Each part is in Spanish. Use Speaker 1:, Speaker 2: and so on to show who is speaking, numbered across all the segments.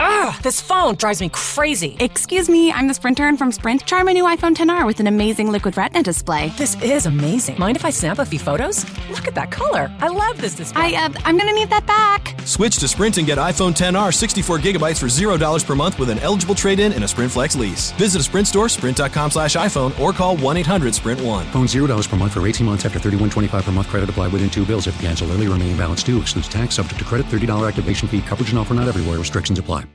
Speaker 1: Ugh, Ah, this phone drives me crazy.
Speaker 2: Excuse me, I'm the Sprint intern from Sprint. Try my new iPhone 10R with an amazing liquid retina display.
Speaker 1: This is amazing. Mind if I snap a few photos? Look at that color. I love this display.
Speaker 2: I, uh, I'm gonna need that back.
Speaker 3: Switch to Sprint and get iPhone 10R 64 gigabytes for $0 per month with an eligible trade-in and a Sprint Flex lease. Visit a Sprint store, sprint.com slash iPhone, or call 1-800-SPRINT1.
Speaker 4: Phone $0 per month for 18 months after 31.25 per month credit applied within two bills. If cancel early, remaining balance due. Excludes tax. Subject to credit. $30 activation fee. Coverage and offer not everywhere. Restrictions apply.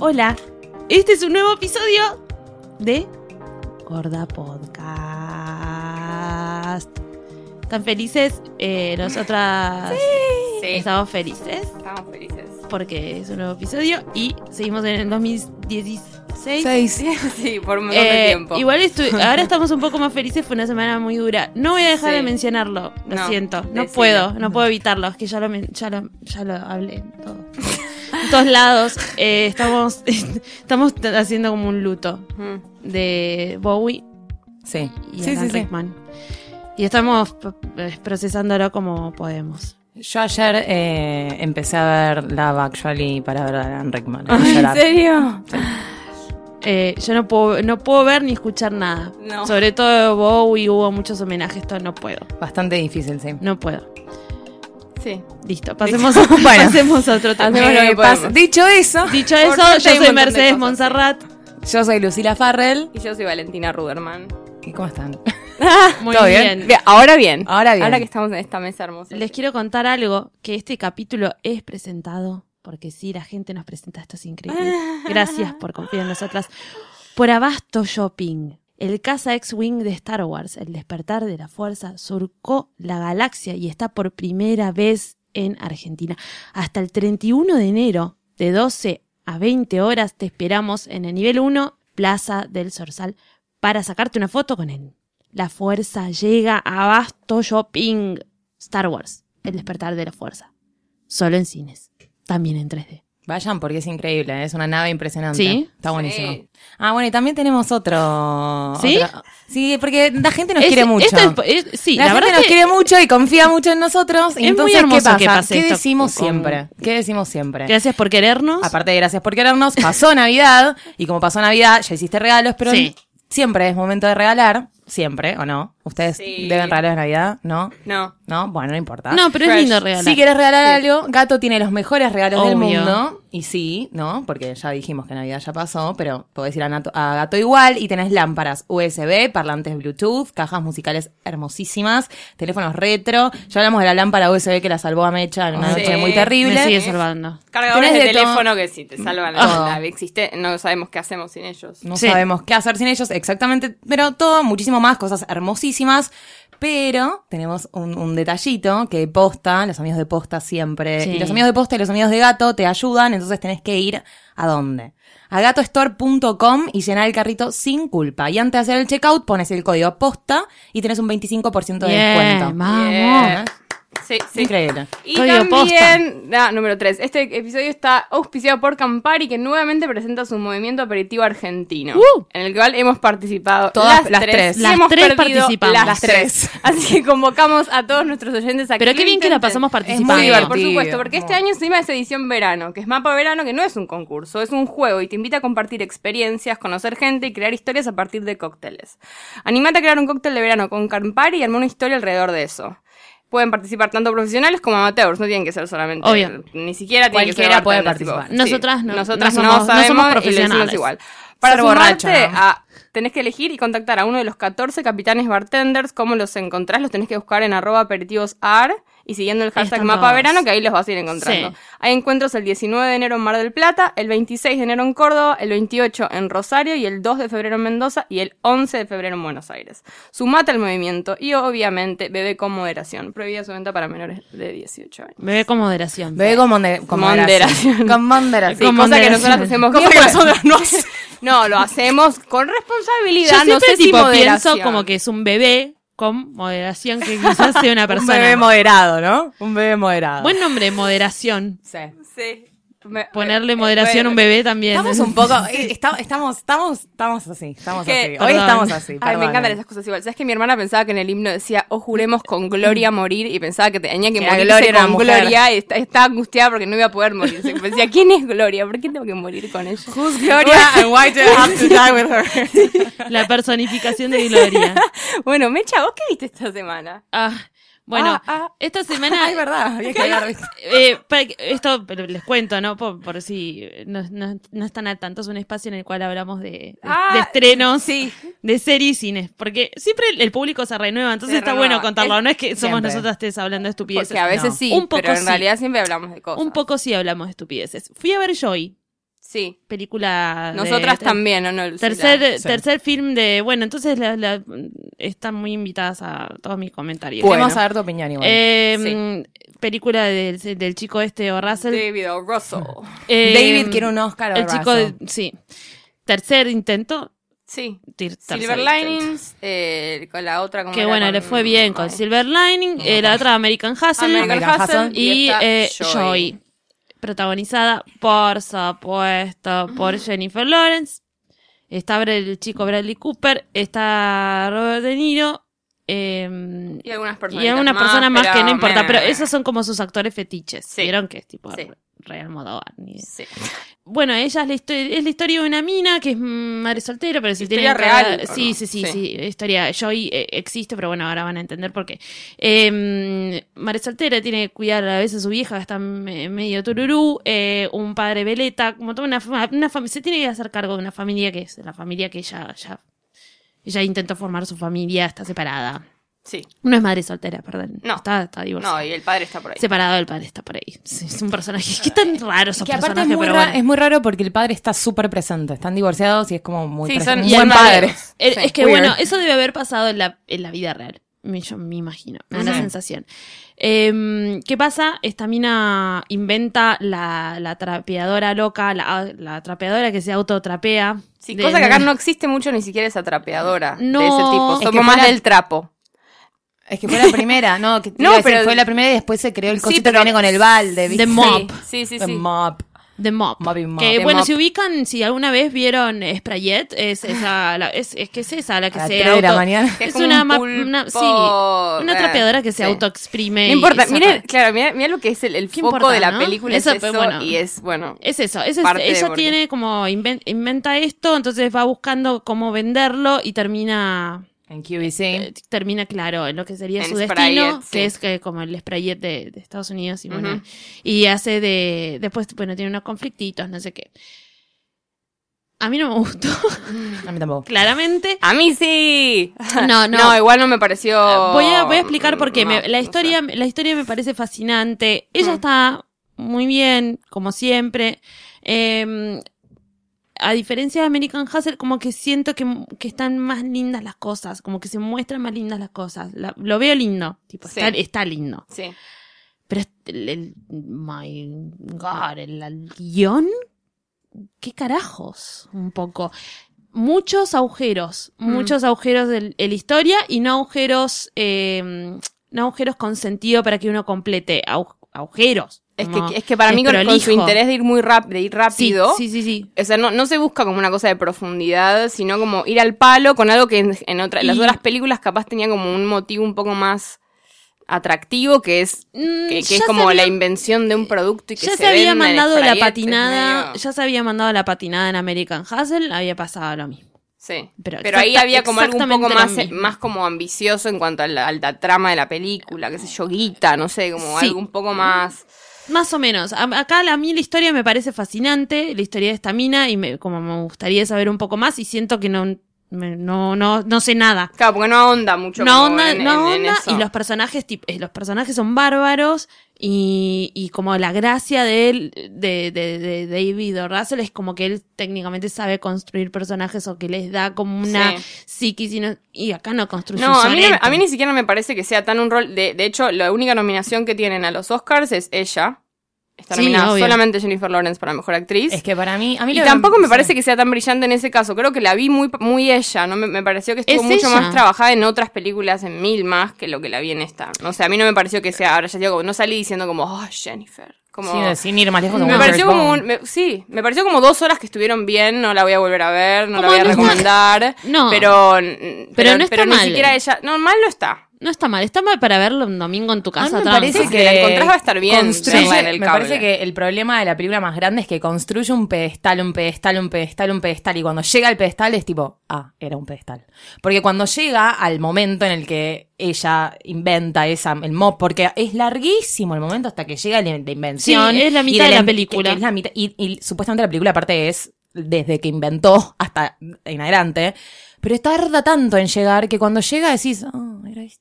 Speaker 5: Hola, este es un nuevo episodio de Gorda Podcast. ¿Están felices? Eh, nosotras estamos felices
Speaker 6: Estamos felices.
Speaker 5: porque es un nuevo episodio y seguimos en el 2016.
Speaker 6: Sí, por un montón de
Speaker 5: Eh,
Speaker 6: tiempo.
Speaker 5: igual estu- ahora estamos un poco más felices, fue una semana muy dura. No voy a dejar
Speaker 6: Sí.
Speaker 5: de mencionarlo, lo
Speaker 6: No,
Speaker 5: siento, no
Speaker 6: decilo.
Speaker 5: puedo, no puedo evitarlo, es que ya lo, men- ya lo, ya lo hablé en, todo- en todos lados. Eh, estamos, estamos t- haciendo como un luto
Speaker 6: Mm.
Speaker 5: de Bowie
Speaker 1: Sí.
Speaker 5: y
Speaker 7: Sí,
Speaker 5: Alan
Speaker 7: sí, sí.
Speaker 5: Rickman. Y estamos p- eh, procesándolo como podemos.
Speaker 7: Yo ayer eh, empecé a ver Love Actually para ver a Dan Rickman.
Speaker 5: ¿En
Speaker 7: Llorar.
Speaker 5: serio? Eh, yo no puedo, no puedo ver ni escuchar nada.
Speaker 6: No.
Speaker 5: Sobre todo de Bowie hubo muchos homenajes, todo no puedo,
Speaker 7: Bastante difícil, sí.
Speaker 5: no puedo.
Speaker 6: Sí.
Speaker 5: Listo, pasemos, bueno, pasemos a otro tema.
Speaker 6: Hacemos lo que
Speaker 5: Eh,
Speaker 6: podemos.
Speaker 5: pas-
Speaker 7: Dicho eso,
Speaker 5: Dicho
Speaker 6: Por
Speaker 5: eso,
Speaker 6: suerte hay
Speaker 5: yo
Speaker 6: un montón de
Speaker 5: soy Mercedes
Speaker 6: cosas.
Speaker 5: Monserrat.
Speaker 7: yo soy Lucila Farrell.
Speaker 6: Y yo soy Valentina Ruderman.
Speaker 7: ¿Y cómo están?
Speaker 5: Muy
Speaker 7: ¿Todo bien?
Speaker 5: bien.
Speaker 6: Ahora bien.
Speaker 7: Ahora bien.
Speaker 6: Ahora que estamos en esta mesa hermosa.
Speaker 5: Les quiero contar algo, que este capítulo es presentado, porque sí, la gente nos presenta, esto es increíble. Gracias por confiar en nosotras. Por Abasto Shopping, el caza X-Wing de Star Wars, el despertar de la fuerza, surcó la galaxia y está por primera vez en Argentina. Hasta el 31 de enero, de 12 a 20 horas, te esperamos en el nivel 1, Plaza del Zorzal, para sacarte una foto con él. La fuerza llega a Abasto Shopping. Star Wars, el despertar de la fuerza. Solo en cines. También en 3D.
Speaker 7: Vayan porque es increíble, ¿eh? es una nave impresionante.
Speaker 5: Sí.
Speaker 7: Está buenísimo. Ah, bueno, y también tenemos otro.
Speaker 5: ¿Sí?
Speaker 7: otro- Sí, porque la gente nos
Speaker 5: Es-
Speaker 7: quiere mucho.
Speaker 5: esto es- es- sí,
Speaker 7: la,
Speaker 5: la,
Speaker 7: gente
Speaker 5: verdad
Speaker 7: nos
Speaker 5: que
Speaker 7: quiere mucho y confía mucho en nosotros.
Speaker 5: muy
Speaker 7: Entonces, ¿qué
Speaker 5: hermoso
Speaker 7: pasa?
Speaker 5: que pase
Speaker 7: ¿Qué
Speaker 5: esto
Speaker 7: decimos
Speaker 5: con-
Speaker 7: siempre? ¿Qué decimos siempre?
Speaker 5: gracias por querernos.
Speaker 7: Aparte de gracias por querernos, pasó Navidad y como pasó Navidad ya hiciste regalos, pero
Speaker 5: Sí.
Speaker 7: siempre es momento de regalar, siempre, ¿o no? ¿Ustedes
Speaker 6: Sí.
Speaker 7: deben regalos de Navidad? ¿No?
Speaker 6: No.
Speaker 7: ¿No? Bueno, no importa.
Speaker 5: No, pero
Speaker 6: Fresh.
Speaker 5: es lindo regalar.
Speaker 7: Si quieres regalar algo, Gato tiene los mejores regalos del
Speaker 5: Obvio.
Speaker 7: mundo. Y sí, ¿no? Porque ya dijimos que Navidad ya pasó, pero podés ir a, Nato- a Gato igual y tenés lámparas USB, parlantes Bluetooth, cajas musicales hermosísimas, teléfonos retro. Ya hablamos de la lámpara USB que la salvó a Mecha en una
Speaker 6: Sí.
Speaker 7: noche muy
Speaker 5: Me
Speaker 7: terrible.
Speaker 5: sigue salvando.
Speaker 6: Cargadores de,
Speaker 7: Tenés de
Speaker 6: teléfono
Speaker 7: todo.
Speaker 6: que sí te salvan
Speaker 7: Todo.
Speaker 6: la vida. Existe, no sabemos qué hacemos sin ellos.
Speaker 7: No
Speaker 5: Sí.
Speaker 7: sabemos qué hacer sin ellos exactamente, pero todo, muchísimo más, cosas hermosísimas. Pero tenemos un, un detallito que Posta, los amigos de Posta siempre,
Speaker 5: Sí.
Speaker 7: y los amigos de Posta y los amigos de Gato te ayudan, entonces tenés que ir a dónde? A gatostore.com y llenar el carrito sin culpa. Y antes de hacer el checkout pones el código Posta y tenés un 25% de
Speaker 5: Bien,
Speaker 7: descuento.
Speaker 5: vamos.
Speaker 6: Bien. Sí, sí.
Speaker 7: Increíble.
Speaker 6: Y
Speaker 5: Código
Speaker 6: también, ah, número 3, este episodio está auspiciado por Campari, que nuevamente presenta su movimiento aperitivo argentino,
Speaker 5: ¡Uh!
Speaker 6: en el cual hemos participado
Speaker 7: Todas
Speaker 6: las,
Speaker 7: las
Speaker 6: tres.
Speaker 7: tres.
Speaker 6: y
Speaker 5: Las
Speaker 6: hemos
Speaker 5: tres
Speaker 6: perdido
Speaker 5: participamos.
Speaker 6: Las,
Speaker 5: Las
Speaker 6: tres. Así que convocamos a todos nuestros oyentes a
Speaker 5: Pero
Speaker 6: que
Speaker 5: qué
Speaker 6: lo
Speaker 5: bien que la
Speaker 6: intenten.
Speaker 5: pasamos
Speaker 7: muy
Speaker 5: participando.
Speaker 7: divertido.
Speaker 6: Por supuesto, porque
Speaker 7: Muy.
Speaker 6: este año encima es edición verano, que es mapa verano, que no es un concurso, es un juego y te invita a compartir experiencias, conocer gente y crear historias a partir de cócteles. Animate a crear un cóctel de verano con Campari y armar una historia alrededor de eso. Pueden participar tanto profesionales como amateurs, no tienen que ser solamente.
Speaker 5: Obvio.
Speaker 6: Ni siquiera tienen que ser
Speaker 7: Cualquiera puede
Speaker 6: bartenders, tipo,
Speaker 7: participar.
Speaker 5: Nosotras no-
Speaker 6: Nosotras
Speaker 5: no
Speaker 6: no,
Speaker 5: somos- no
Speaker 6: sabemos
Speaker 5: somos
Speaker 6: y lo decimos
Speaker 5: profesionales.
Speaker 6: igual. Para
Speaker 7: Ser
Speaker 6: sumarte
Speaker 7: borracha, ¿no?
Speaker 6: a Tenés que elegir y contactar a uno de los 14 capitanes bartenders. ¿Cómo los encontrás? Los tenés que buscar en arroba aperitivosar y siguiendo el hashtag
Speaker 5: están
Speaker 6: mapa
Speaker 5: todos.
Speaker 6: verano, que ahí los vas a ir encontrando.
Speaker 5: Sí.
Speaker 6: Hay encuentros el 19 de enero en Mar del Plata, el 26 de enero en Córdoba, el 28 en Rosario y el 2 de febrero en Mendoza y el 11 de febrero en Buenos Aires. Sumate al movimiento y obviamente bebe con moderación. Prohibida su venta para menores de 18 años.
Speaker 5: Bebé con moderación.
Speaker 7: Bebe con, monder- con
Speaker 6: Moderación.
Speaker 7: moderación. Con moderación.
Speaker 6: Sí,
Speaker 5: Con
Speaker 6: cosa que
Speaker 5: moderación.
Speaker 6: nosotras hacemos
Speaker 5: Cosa
Speaker 6: bien,
Speaker 5: que
Speaker 6: pues-
Speaker 5: nosotras no hacemos.
Speaker 6: No, lo hacemos con
Speaker 5: Yo
Speaker 6: responsabilidad,
Speaker 5: siempre
Speaker 6: no sé si
Speaker 5: tipo,
Speaker 6: moderación.
Speaker 5: pienso como que es un bebé con moderación que quizás sea una persona.
Speaker 7: Un bebé moderado, ¿no? Un bebé moderado.
Speaker 5: Buen nombre, moderación.
Speaker 7: Sí.
Speaker 6: Sí. Me-
Speaker 5: Ponerle
Speaker 6: eh,
Speaker 5: moderación a un
Speaker 6: bueno.
Speaker 5: bebé también.
Speaker 7: Estamos un poco. eh, está- estamos, estamos, estamos así. Estamos
Speaker 6: Que-
Speaker 7: así. Hoy
Speaker 5: Perdón.
Speaker 7: estamos así.
Speaker 6: Ay, me
Speaker 7: perdonen.
Speaker 6: encantan esas cosas igual. ¿Sabes que mi hermana pensaba que en el himno decía, o juremos con gloria morir? Y pensaba que tenía que
Speaker 7: Que la
Speaker 6: morirse
Speaker 7: gloria era
Speaker 6: con
Speaker 7: mujer.
Speaker 6: gloria. Y está- estaba angustiada porque no iba a poder morirse. Decía, ¿quién es gloria? ¿Por qué tengo que morir con ella?
Speaker 7: Who's Gloria and why do I have to die with her?
Speaker 5: La personificación de Gloria.
Speaker 6: bueno, Mecha, ¿vos qué viste esta semana?
Speaker 5: Ah, bueno,
Speaker 6: Ah, ah.
Speaker 5: esta semana.
Speaker 7: es verdad. Había que hablar de esto.
Speaker 5: Eh, para que- esto pero les cuento, ¿no? Por, por si no, no- no están al tanto, es un espacio en el cual hablamos de, de-
Speaker 6: Ah,
Speaker 5: de estrenos,
Speaker 6: sí.
Speaker 5: de series y cines, porque siempre el, el público se renueva, entonces
Speaker 6: Se
Speaker 5: está
Speaker 6: renueva.
Speaker 5: bueno contarlo,
Speaker 6: Es-
Speaker 5: no es que somos
Speaker 7: Siempre.
Speaker 5: nosotras tres hablando de estupideces.
Speaker 6: Porque a veces
Speaker 5: no.
Speaker 6: sí,
Speaker 5: un poco
Speaker 6: pero en
Speaker 5: sí,
Speaker 6: realidad siempre hablamos de cosas.
Speaker 5: un poco sí hablamos de estupideces. Fui a ver Joy,
Speaker 6: Sí.
Speaker 5: película de-
Speaker 6: Nosotras
Speaker 5: de-
Speaker 6: también, ¿o no, Lucila?
Speaker 5: Tercer, tercer film de, bueno, entonces la- la- están muy invitadas a todos mis comentarios.
Speaker 6: Bueno.
Speaker 7: Queremos saber tu opinión igual.
Speaker 5: Eh, Película del, del chico este o Russell.
Speaker 6: David o Russell.
Speaker 5: Eh,
Speaker 7: David quiere un Oscar o
Speaker 5: El chico,
Speaker 7: Russell.
Speaker 5: de- sí. Tercer intento.
Speaker 6: Sí.
Speaker 5: ter-
Speaker 6: Silver
Speaker 5: tercer intento.
Speaker 6: Linings, eh, con la otra como
Speaker 5: Que bueno, le fue bien con Silver Lining, eh, la otra American Hustle
Speaker 6: American
Speaker 7: American
Speaker 6: Hustle
Speaker 7: Hustle
Speaker 5: y
Speaker 6: esta,
Speaker 5: eh, Joy. Protagonizada, por supuesto, por Jennifer Lawrence. Está Bra- el chico Bradley Cooper, está Robert De Niro. eh,
Speaker 6: Y algunas personas.
Speaker 5: y algunas personas más que no importa, pero esos
Speaker 6: eso
Speaker 5: son como sus actores fetiches.
Speaker 6: Sí.
Speaker 5: Vieron que es tipo
Speaker 6: Sí.
Speaker 5: Real Modovar.
Speaker 6: Sí.
Speaker 5: Bueno, ella es la, histo- es la historia de una mina que es madre soltera, pero si tiene
Speaker 6: Historia
Speaker 5: cara-
Speaker 6: real, ¿o
Speaker 5: Sí,
Speaker 6: no?
Speaker 5: sí, sí,
Speaker 6: Sí.
Speaker 5: sí, historia. Joy eh, existe, pero bueno, ahora van a entender por qué. Eh, madre soltera tiene que cuidar a veces a su vieja, está me- medio tururú, eh, un padre veleta, como toda una, fa- una fam- se tiene que hacer cargo de una familia que es la familia que ella ya ella intentó formar su familia, está separada.
Speaker 6: Sí.
Speaker 5: No es madre soltera, perdón.
Speaker 6: No.
Speaker 5: Está, está divorciada.
Speaker 6: No, y el padre está por ahí.
Speaker 5: Separado del padre, está por ahí. Sí, es un personaje. Qué tan raro esos
Speaker 7: Que aparte es
Speaker 5: personajes,
Speaker 7: muy,
Speaker 5: pero
Speaker 7: ra-
Speaker 5: bueno.
Speaker 7: es muy raro porque el padre está súper presente. Están divorciados y es como muy
Speaker 6: Sí,
Speaker 7: presente.
Speaker 6: son-
Speaker 7: Buen
Speaker 6: son
Speaker 7: padre.
Speaker 6: amigos.
Speaker 5: Eh,
Speaker 6: Sí.
Speaker 5: es que
Speaker 7: Weird.
Speaker 5: bueno, eso debe haber pasado en la, en la vida real. Me- Yo me imagino, me da la
Speaker 7: Ujú.
Speaker 5: sensación. Em, ¿Qué pasa? Esta mina inventa la, la trapeadora loca, la, ah, la trapeadora que se autotrapea.
Speaker 6: Sí,
Speaker 5: De-
Speaker 6: cosa que acá no existe mucho ni siquiera esa trapeadora
Speaker 5: No.
Speaker 6: de ese tipo.
Speaker 5: Es
Speaker 6: Somos
Speaker 7: que
Speaker 6: más
Speaker 7: fuera-
Speaker 6: del trapo.
Speaker 7: Es que fue la primera, no, que te
Speaker 6: No,
Speaker 7: iba a decir,
Speaker 6: pero-
Speaker 7: fue la primera y después se creó el
Speaker 6: Sí,
Speaker 7: cosito
Speaker 6: pero-
Speaker 7: que viene con el balde. ¿viste?
Speaker 5: The Mop.
Speaker 6: Sí, sí, sí.
Speaker 7: The
Speaker 6: sí.
Speaker 7: mop.
Speaker 5: The Mop.
Speaker 7: Mopping Mop.
Speaker 5: Que
Speaker 7: The
Speaker 5: bueno,
Speaker 6: Mop.
Speaker 5: si ubican, si alguna vez vieron Sprayette, es esa, la- es, es que es esa la que
Speaker 7: A las
Speaker 5: se
Speaker 7: tres de la
Speaker 5: auto-
Speaker 7: mañana.
Speaker 6: Que es
Speaker 5: Es,
Speaker 6: como
Speaker 5: una,
Speaker 6: un
Speaker 5: ma-
Speaker 6: pulpo,
Speaker 5: una- sí, una
Speaker 6: eh,
Speaker 5: trapeadora que se
Speaker 6: sí.
Speaker 5: autoexprime. y
Speaker 6: No importa,
Speaker 5: saca.
Speaker 6: miren, claro, mira, lo que es el, el
Speaker 5: ¿Qué
Speaker 6: foco
Speaker 5: importa,
Speaker 6: de la
Speaker 5: no?
Speaker 6: película
Speaker 5: Eso,
Speaker 6: es
Speaker 5: pero
Speaker 6: eso
Speaker 5: bueno.
Speaker 6: y es bueno.
Speaker 5: Es eso, es es-
Speaker 6: parte de
Speaker 5: ella
Speaker 6: por qué.
Speaker 5: tiene como inven- inventa esto, entonces va buscando cómo venderlo y termina
Speaker 7: En QVC.
Speaker 5: eh, termina claro en lo que sería
Speaker 6: En
Speaker 5: su
Speaker 6: Sprayette,
Speaker 5: destino,
Speaker 6: sí.
Speaker 5: que es que como el sprayet de, de Estados Unidos y bueno,
Speaker 6: Ujú.
Speaker 5: y hace de después bueno, tiene unos conflictitos, no sé qué. A mí no me gustó,
Speaker 7: A mí tampoco.
Speaker 5: claramente.
Speaker 6: A mí sí.
Speaker 5: No, no.
Speaker 6: igual no me pareció.
Speaker 5: Voy a, voy a explicar por qué.
Speaker 6: No,
Speaker 5: Me-
Speaker 6: no
Speaker 5: la,
Speaker 6: sé.
Speaker 5: historia, la historia me parece fascinante. Ella
Speaker 6: Mm.
Speaker 5: está muy bien, como siempre. Eh, a diferencia de American Hustle, como que siento que, que están más lindas las cosas, como que se muestran más lindas las cosas. La- lo veo lindo, tipo,
Speaker 6: Sí.
Speaker 5: está, está lindo.
Speaker 6: Sí.
Speaker 5: Pero es- el, el- my God, el, el guión, qué carajos, un poco. Muchos agujeros,
Speaker 6: Mm.
Speaker 5: muchos agujeros del- de la historia y no agujeros, eh, no agujeros con sentido para que uno complete, au- agujeros.
Speaker 6: Es
Speaker 5: como
Speaker 6: que, es que para mí, con, con su
Speaker 5: desprolijo.
Speaker 6: interés de ir muy rap- de ir
Speaker 5: Sí,
Speaker 6: rápido,
Speaker 5: sí, sí, sí.
Speaker 6: O sea, no, no se busca como una cosa de profundidad, sino como ir al palo con algo que en, en otra- en las
Speaker 5: Y-
Speaker 6: otras películas capaz tenía como un motivo un poco más atractivo, que es,
Speaker 5: Mm,
Speaker 6: que, que es
Speaker 5: ya
Speaker 6: como
Speaker 5: sabía-
Speaker 6: la invención de un producto y que
Speaker 5: ya se,
Speaker 6: se,
Speaker 5: había
Speaker 6: venda en
Speaker 5: mandado la
Speaker 6: Sprayette, es
Speaker 5: patinada,
Speaker 6: medio-
Speaker 5: ya se había mandado la patinada en American Hustle, había pasado lo mismo.
Speaker 6: Sí.
Speaker 5: Pero
Speaker 6: Pero, ahí
Speaker 5: exacta-
Speaker 6: había como algo un poco
Speaker 5: exactamente lo
Speaker 6: más,
Speaker 5: mismo.
Speaker 6: más como ambicioso en cuanto a la, a la trama de la película, que sé yo, guita, no sé, como
Speaker 5: Sí.
Speaker 6: algo un poco más.
Speaker 5: Más o menos. A- acá la- a mí la historia me parece fascinante, la historia de esta mina, y me- como me gustaría saber un poco más, y siento que no, Me- no, no, no sé nada.
Speaker 6: Claro, porque no ahonda mucho.
Speaker 5: No
Speaker 6: como
Speaker 5: onda,
Speaker 6: en-
Speaker 5: no
Speaker 6: en- en
Speaker 5: onda,
Speaker 6: eso.
Speaker 5: y los personajes tip- eh, los personajes son bárbaros y, y como la gracia de él, de, de- de David o Russell es como que él técnicamente sabe construir personajes o que les da como una
Speaker 6: Sí.
Speaker 5: psiquis y, no- y acá no construye
Speaker 6: No,
Speaker 5: un
Speaker 6: a mí, no me-
Speaker 5: soneto.
Speaker 6: a mí ni siquiera me parece que sea tan un rol. De, de hecho, la única nominación que tienen a los Oscars es ella. Está
Speaker 5: Sí,
Speaker 6: nominada
Speaker 5: obvio.
Speaker 6: solamente Jennifer Lawrence para mejor actriz.
Speaker 7: Es que para mí. A mí
Speaker 6: y
Speaker 7: lo-
Speaker 6: tampoco me
Speaker 7: sí.
Speaker 6: parece que sea tan brillante en ese caso. Creo que la vi muy, muy ella. No me, me pareció que estuvo
Speaker 5: Es
Speaker 6: mucho
Speaker 5: ella.
Speaker 6: más trabajada en otras películas, en mil más, que lo que la vi en esta. No sé, a mí no me pareció que sea. Ahora ya digo, como- no salí diciendo como, oh, Jennifer. Como,
Speaker 7: Sí, de- sin ir más lejos.
Speaker 6: me
Speaker 7: como
Speaker 6: pareció
Speaker 7: Wonder
Speaker 6: como
Speaker 7: Bone.
Speaker 6: un- me- sí, me pareció como dos horas que estuvieron bien, no la voy a volver a ver, no la
Speaker 5: Como
Speaker 6: voy a
Speaker 5: no está-
Speaker 6: recomendar.
Speaker 5: No.
Speaker 6: Pero, pero,
Speaker 5: Pero no está
Speaker 6: pero
Speaker 5: mal.
Speaker 6: ni siquiera ella. No, mal no está.
Speaker 5: No está mal, está mal para verlo un domingo en tu casa.
Speaker 7: A mí me
Speaker 5: tranqui.
Speaker 7: parece
Speaker 6: Sí,
Speaker 7: que
Speaker 6: si la encontrás va a estar bien verla en el
Speaker 7: me
Speaker 6: cable.
Speaker 7: parece que el problema de la película más grande es que construye un pedestal, un pedestal, un pedestal, un pedestal. Y cuando llega al pedestal es tipo, ah, era un pedestal. Porque cuando llega al momento en el que ella inventa esa, el mob, porque es larguísimo el momento hasta que llega la, la invención.
Speaker 5: Sí, es la
Speaker 7: y
Speaker 5: mitad de la
Speaker 7: in-
Speaker 5: película.
Speaker 7: que es la mitad- y, y supuestamente la película aparte es desde que inventó hasta en adelante. Pero tarda tanto en llegar que cuando llega decís, ah, era esto.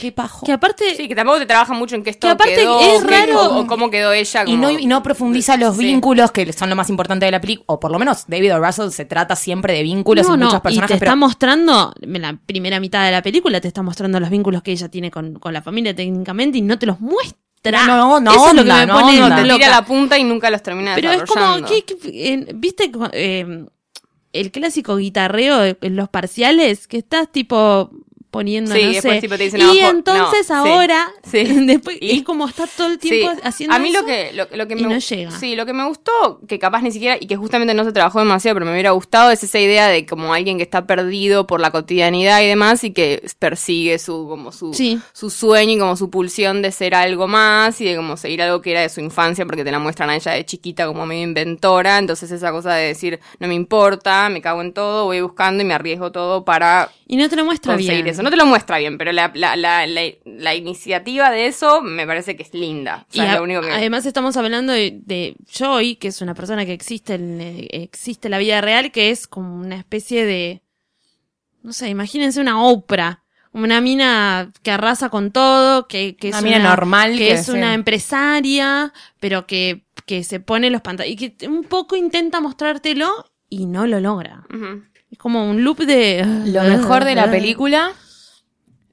Speaker 7: Qué pajo.
Speaker 5: que aparte
Speaker 6: Sí, que tampoco te trabaja mucho en qué esto
Speaker 5: Eh, Que aparte
Speaker 6: quedó,
Speaker 5: es
Speaker 6: qué-
Speaker 5: raro-
Speaker 6: o, o cómo quedó ella.
Speaker 7: Y no,
Speaker 6: como-
Speaker 7: y no profundiza los
Speaker 6: Sí.
Speaker 7: vínculos que son lo más importante de la película, o por lo menos David o Russell se trata siempre de vínculos
Speaker 5: No,
Speaker 7: en
Speaker 5: no,
Speaker 7: muchos
Speaker 5: y
Speaker 7: personajes,
Speaker 5: te
Speaker 7: pero
Speaker 5: está mostrando, en la primera mitad de la película, te está mostrando los vínculos que ella tiene con, con la familia técnicamente y no te los muestra.
Speaker 7: No, no, no
Speaker 5: Eso es lo
Speaker 7: onda,
Speaker 5: que me
Speaker 7: no
Speaker 5: pone
Speaker 7: onda.
Speaker 5: de
Speaker 6: Tira
Speaker 5: loca.
Speaker 6: la punta y nunca los termina
Speaker 5: Pero es como,
Speaker 6: desarrollando.
Speaker 5: ¿qué- qué- eh, ¿viste cu- eh, el clásico guitarreo en los parciales? Que estás tipo poniendo,
Speaker 6: Sí,
Speaker 5: no
Speaker 6: después
Speaker 5: sé.
Speaker 6: tipo te dicen
Speaker 5: y
Speaker 6: abajo,
Speaker 5: entonces
Speaker 6: no, sí,
Speaker 5: ahora,
Speaker 6: sí.
Speaker 5: después,
Speaker 6: Y-
Speaker 5: es como estás todo el tiempo
Speaker 6: Sí.
Speaker 5: haciendo
Speaker 6: a mí
Speaker 5: eso.
Speaker 6: lo que lo, lo que
Speaker 5: y
Speaker 6: me
Speaker 5: no
Speaker 6: gu-
Speaker 5: llega.
Speaker 6: sí lo que me gustó que capaz ni siquiera y que justamente no se trabajó demasiado pero me hubiera gustado es esa idea de como alguien que está perdido por la cotidianidad y demás y que persigue su como su
Speaker 5: Sí.
Speaker 6: su sueño y como su pulsión de ser algo más y de como seguir algo que era de su infancia porque te la muestran a ella de chiquita como medio inventora entonces esa cosa de decir no me importa me cago en todo voy buscando y me arriesgo todo para
Speaker 5: Y no te lo muestra
Speaker 6: conseguir
Speaker 5: bien.
Speaker 6: eso. No te lo muestra bien, pero la, la, la, la, la iniciativa de eso me parece que es linda. O sea,
Speaker 5: y
Speaker 6: es
Speaker 5: a-
Speaker 6: lo único que...
Speaker 5: además estamos hablando de, de Joy, que es una persona que existe en, eh, existe en la vida real, que es como una especie de, no sé, imagínense una Oprah, una mina que arrasa con todo, que, que
Speaker 7: Una
Speaker 5: es
Speaker 7: mina normal
Speaker 5: que,
Speaker 7: que-
Speaker 5: es
Speaker 7: sí.
Speaker 5: una em- empresaria, pero que, que se pone los pantalones y que un poco intenta mostrártelo y no lo logra.
Speaker 6: Ujú.
Speaker 5: Es como un loop de
Speaker 7: lo mejor de la película,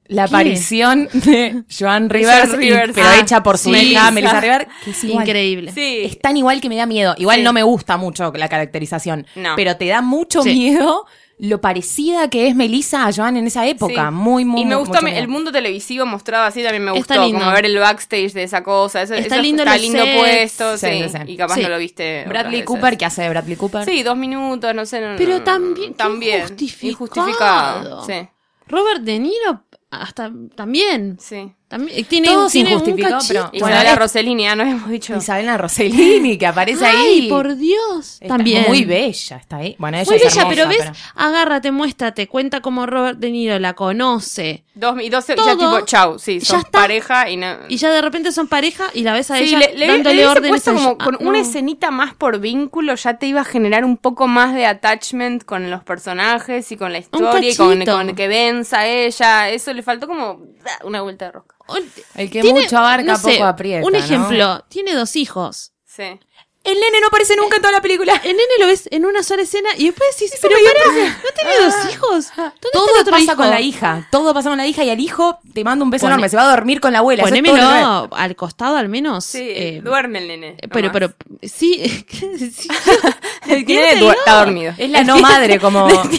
Speaker 7: la
Speaker 5: ¿Qué?
Speaker 7: aparición de Joan Rivers, y-
Speaker 6: Rivers.
Speaker 7: pero
Speaker 6: Ah,
Speaker 7: hecha por su
Speaker 6: sí.
Speaker 7: hija Melissa River, que es igual.
Speaker 5: increíble.
Speaker 6: Sí.
Speaker 7: Es tan igual que me da miedo. Igual
Speaker 6: Sí.
Speaker 7: no me gusta mucho la caracterización,
Speaker 6: No.
Speaker 7: pero te da mucho
Speaker 5: Sí.
Speaker 7: miedo lo parecida que es Melissa a Joan en esa época.
Speaker 6: Sí.
Speaker 7: Muy, muy
Speaker 6: Y me
Speaker 7: muy-
Speaker 6: gusta
Speaker 7: mucho
Speaker 6: me-
Speaker 7: miedo.
Speaker 6: el mundo televisivo mostrado así también me
Speaker 5: Está
Speaker 6: gustó,
Speaker 5: lindo.
Speaker 6: como ver el backstage de esa cosa. Eso,
Speaker 5: Está
Speaker 6: eso
Speaker 5: lindo
Speaker 6: está
Speaker 5: los
Speaker 6: lindo
Speaker 5: sets.
Speaker 6: puesto,
Speaker 7: Sí,
Speaker 6: sí,
Speaker 7: sí, sí.
Speaker 6: Y capaz
Speaker 5: Sí.
Speaker 6: no lo viste. otras
Speaker 7: Bradley
Speaker 6: veces.
Speaker 7: Cooper, ¿qué hace de Bradley Cooper?
Speaker 6: Sí, dos minutos, no sé. no-
Speaker 5: Pero
Speaker 6: no-
Speaker 5: también, qué
Speaker 6: también.
Speaker 5: injustificado.
Speaker 6: Injustificado, Sí,
Speaker 5: Robert De Niro hasta también
Speaker 6: sí.
Speaker 5: También, tiene,
Speaker 7: Todos
Speaker 5: tiene un
Speaker 7: injustificados, pero-
Speaker 5: cachito.
Speaker 6: Y
Speaker 7: Bueno,
Speaker 6: bueno, la
Speaker 7: es-
Speaker 6: Rossellini, ya no hemos dicho.
Speaker 7: Isabela Rossellini, que aparece ahí.
Speaker 5: Ay, por Dios.
Speaker 7: Está
Speaker 5: también.
Speaker 7: Muy bella, está ahí. Bueno, ella
Speaker 5: Muy
Speaker 7: es
Speaker 5: bella,
Speaker 7: hermosa,
Speaker 5: pero ves, agárrate, muéstrate, cuenta cómo Robert De Niro la conoce.
Speaker 6: Dos, y dos, y ya
Speaker 5: Todo.
Speaker 6: tipo, chau, sí,
Speaker 5: Ya
Speaker 6: son
Speaker 5: está.
Speaker 6: pareja y no...
Speaker 5: Y ya de repente son pareja y la ves a
Speaker 6: Sí,
Speaker 5: ella
Speaker 6: le, le-
Speaker 5: dándole
Speaker 6: le hubiese
Speaker 5: órdenes
Speaker 6: puesto
Speaker 5: a
Speaker 6: como
Speaker 5: ella.
Speaker 6: con
Speaker 5: Ah,
Speaker 6: una
Speaker 5: no.
Speaker 6: escenita más por vínculo ya te iba a generar un poco más de attachment con los personajes y con la historia y con,
Speaker 5: cachito.
Speaker 6: con que venza ella. Eso le faltó como ah, una vuelta de rosca.
Speaker 5: O-
Speaker 7: El que
Speaker 5: tiene,
Speaker 7: mucho abarca,
Speaker 5: no sé,
Speaker 7: poco aprieta.
Speaker 5: Un
Speaker 7: ¿no?
Speaker 5: ejemplo, tiene dos hijos.
Speaker 6: Sí.
Speaker 7: El nene no aparece nunca en toda la película.
Speaker 5: El nene lo ves en una sola escena y después decís, pero pará, ¿no tiene
Speaker 7: Ah.
Speaker 5: dos hijos? ¿Dónde
Speaker 7: Todo
Speaker 5: está el otro
Speaker 7: pasa
Speaker 5: hijo?
Speaker 7: con la hija. Todo pasa con la hija y al hijo te mando un beso
Speaker 5: Pone-
Speaker 7: enorme. Se va a dormir con la abuela. Eso es todo lo que-
Speaker 5: Ponémelo al costado al menos.
Speaker 6: Sí,
Speaker 5: eh,
Speaker 6: duerme el nene.
Speaker 5: Pero,
Speaker 6: nomás.
Speaker 5: pero, sí, sí.
Speaker 6: el nene du- está dormido.
Speaker 7: Es la no madre, como,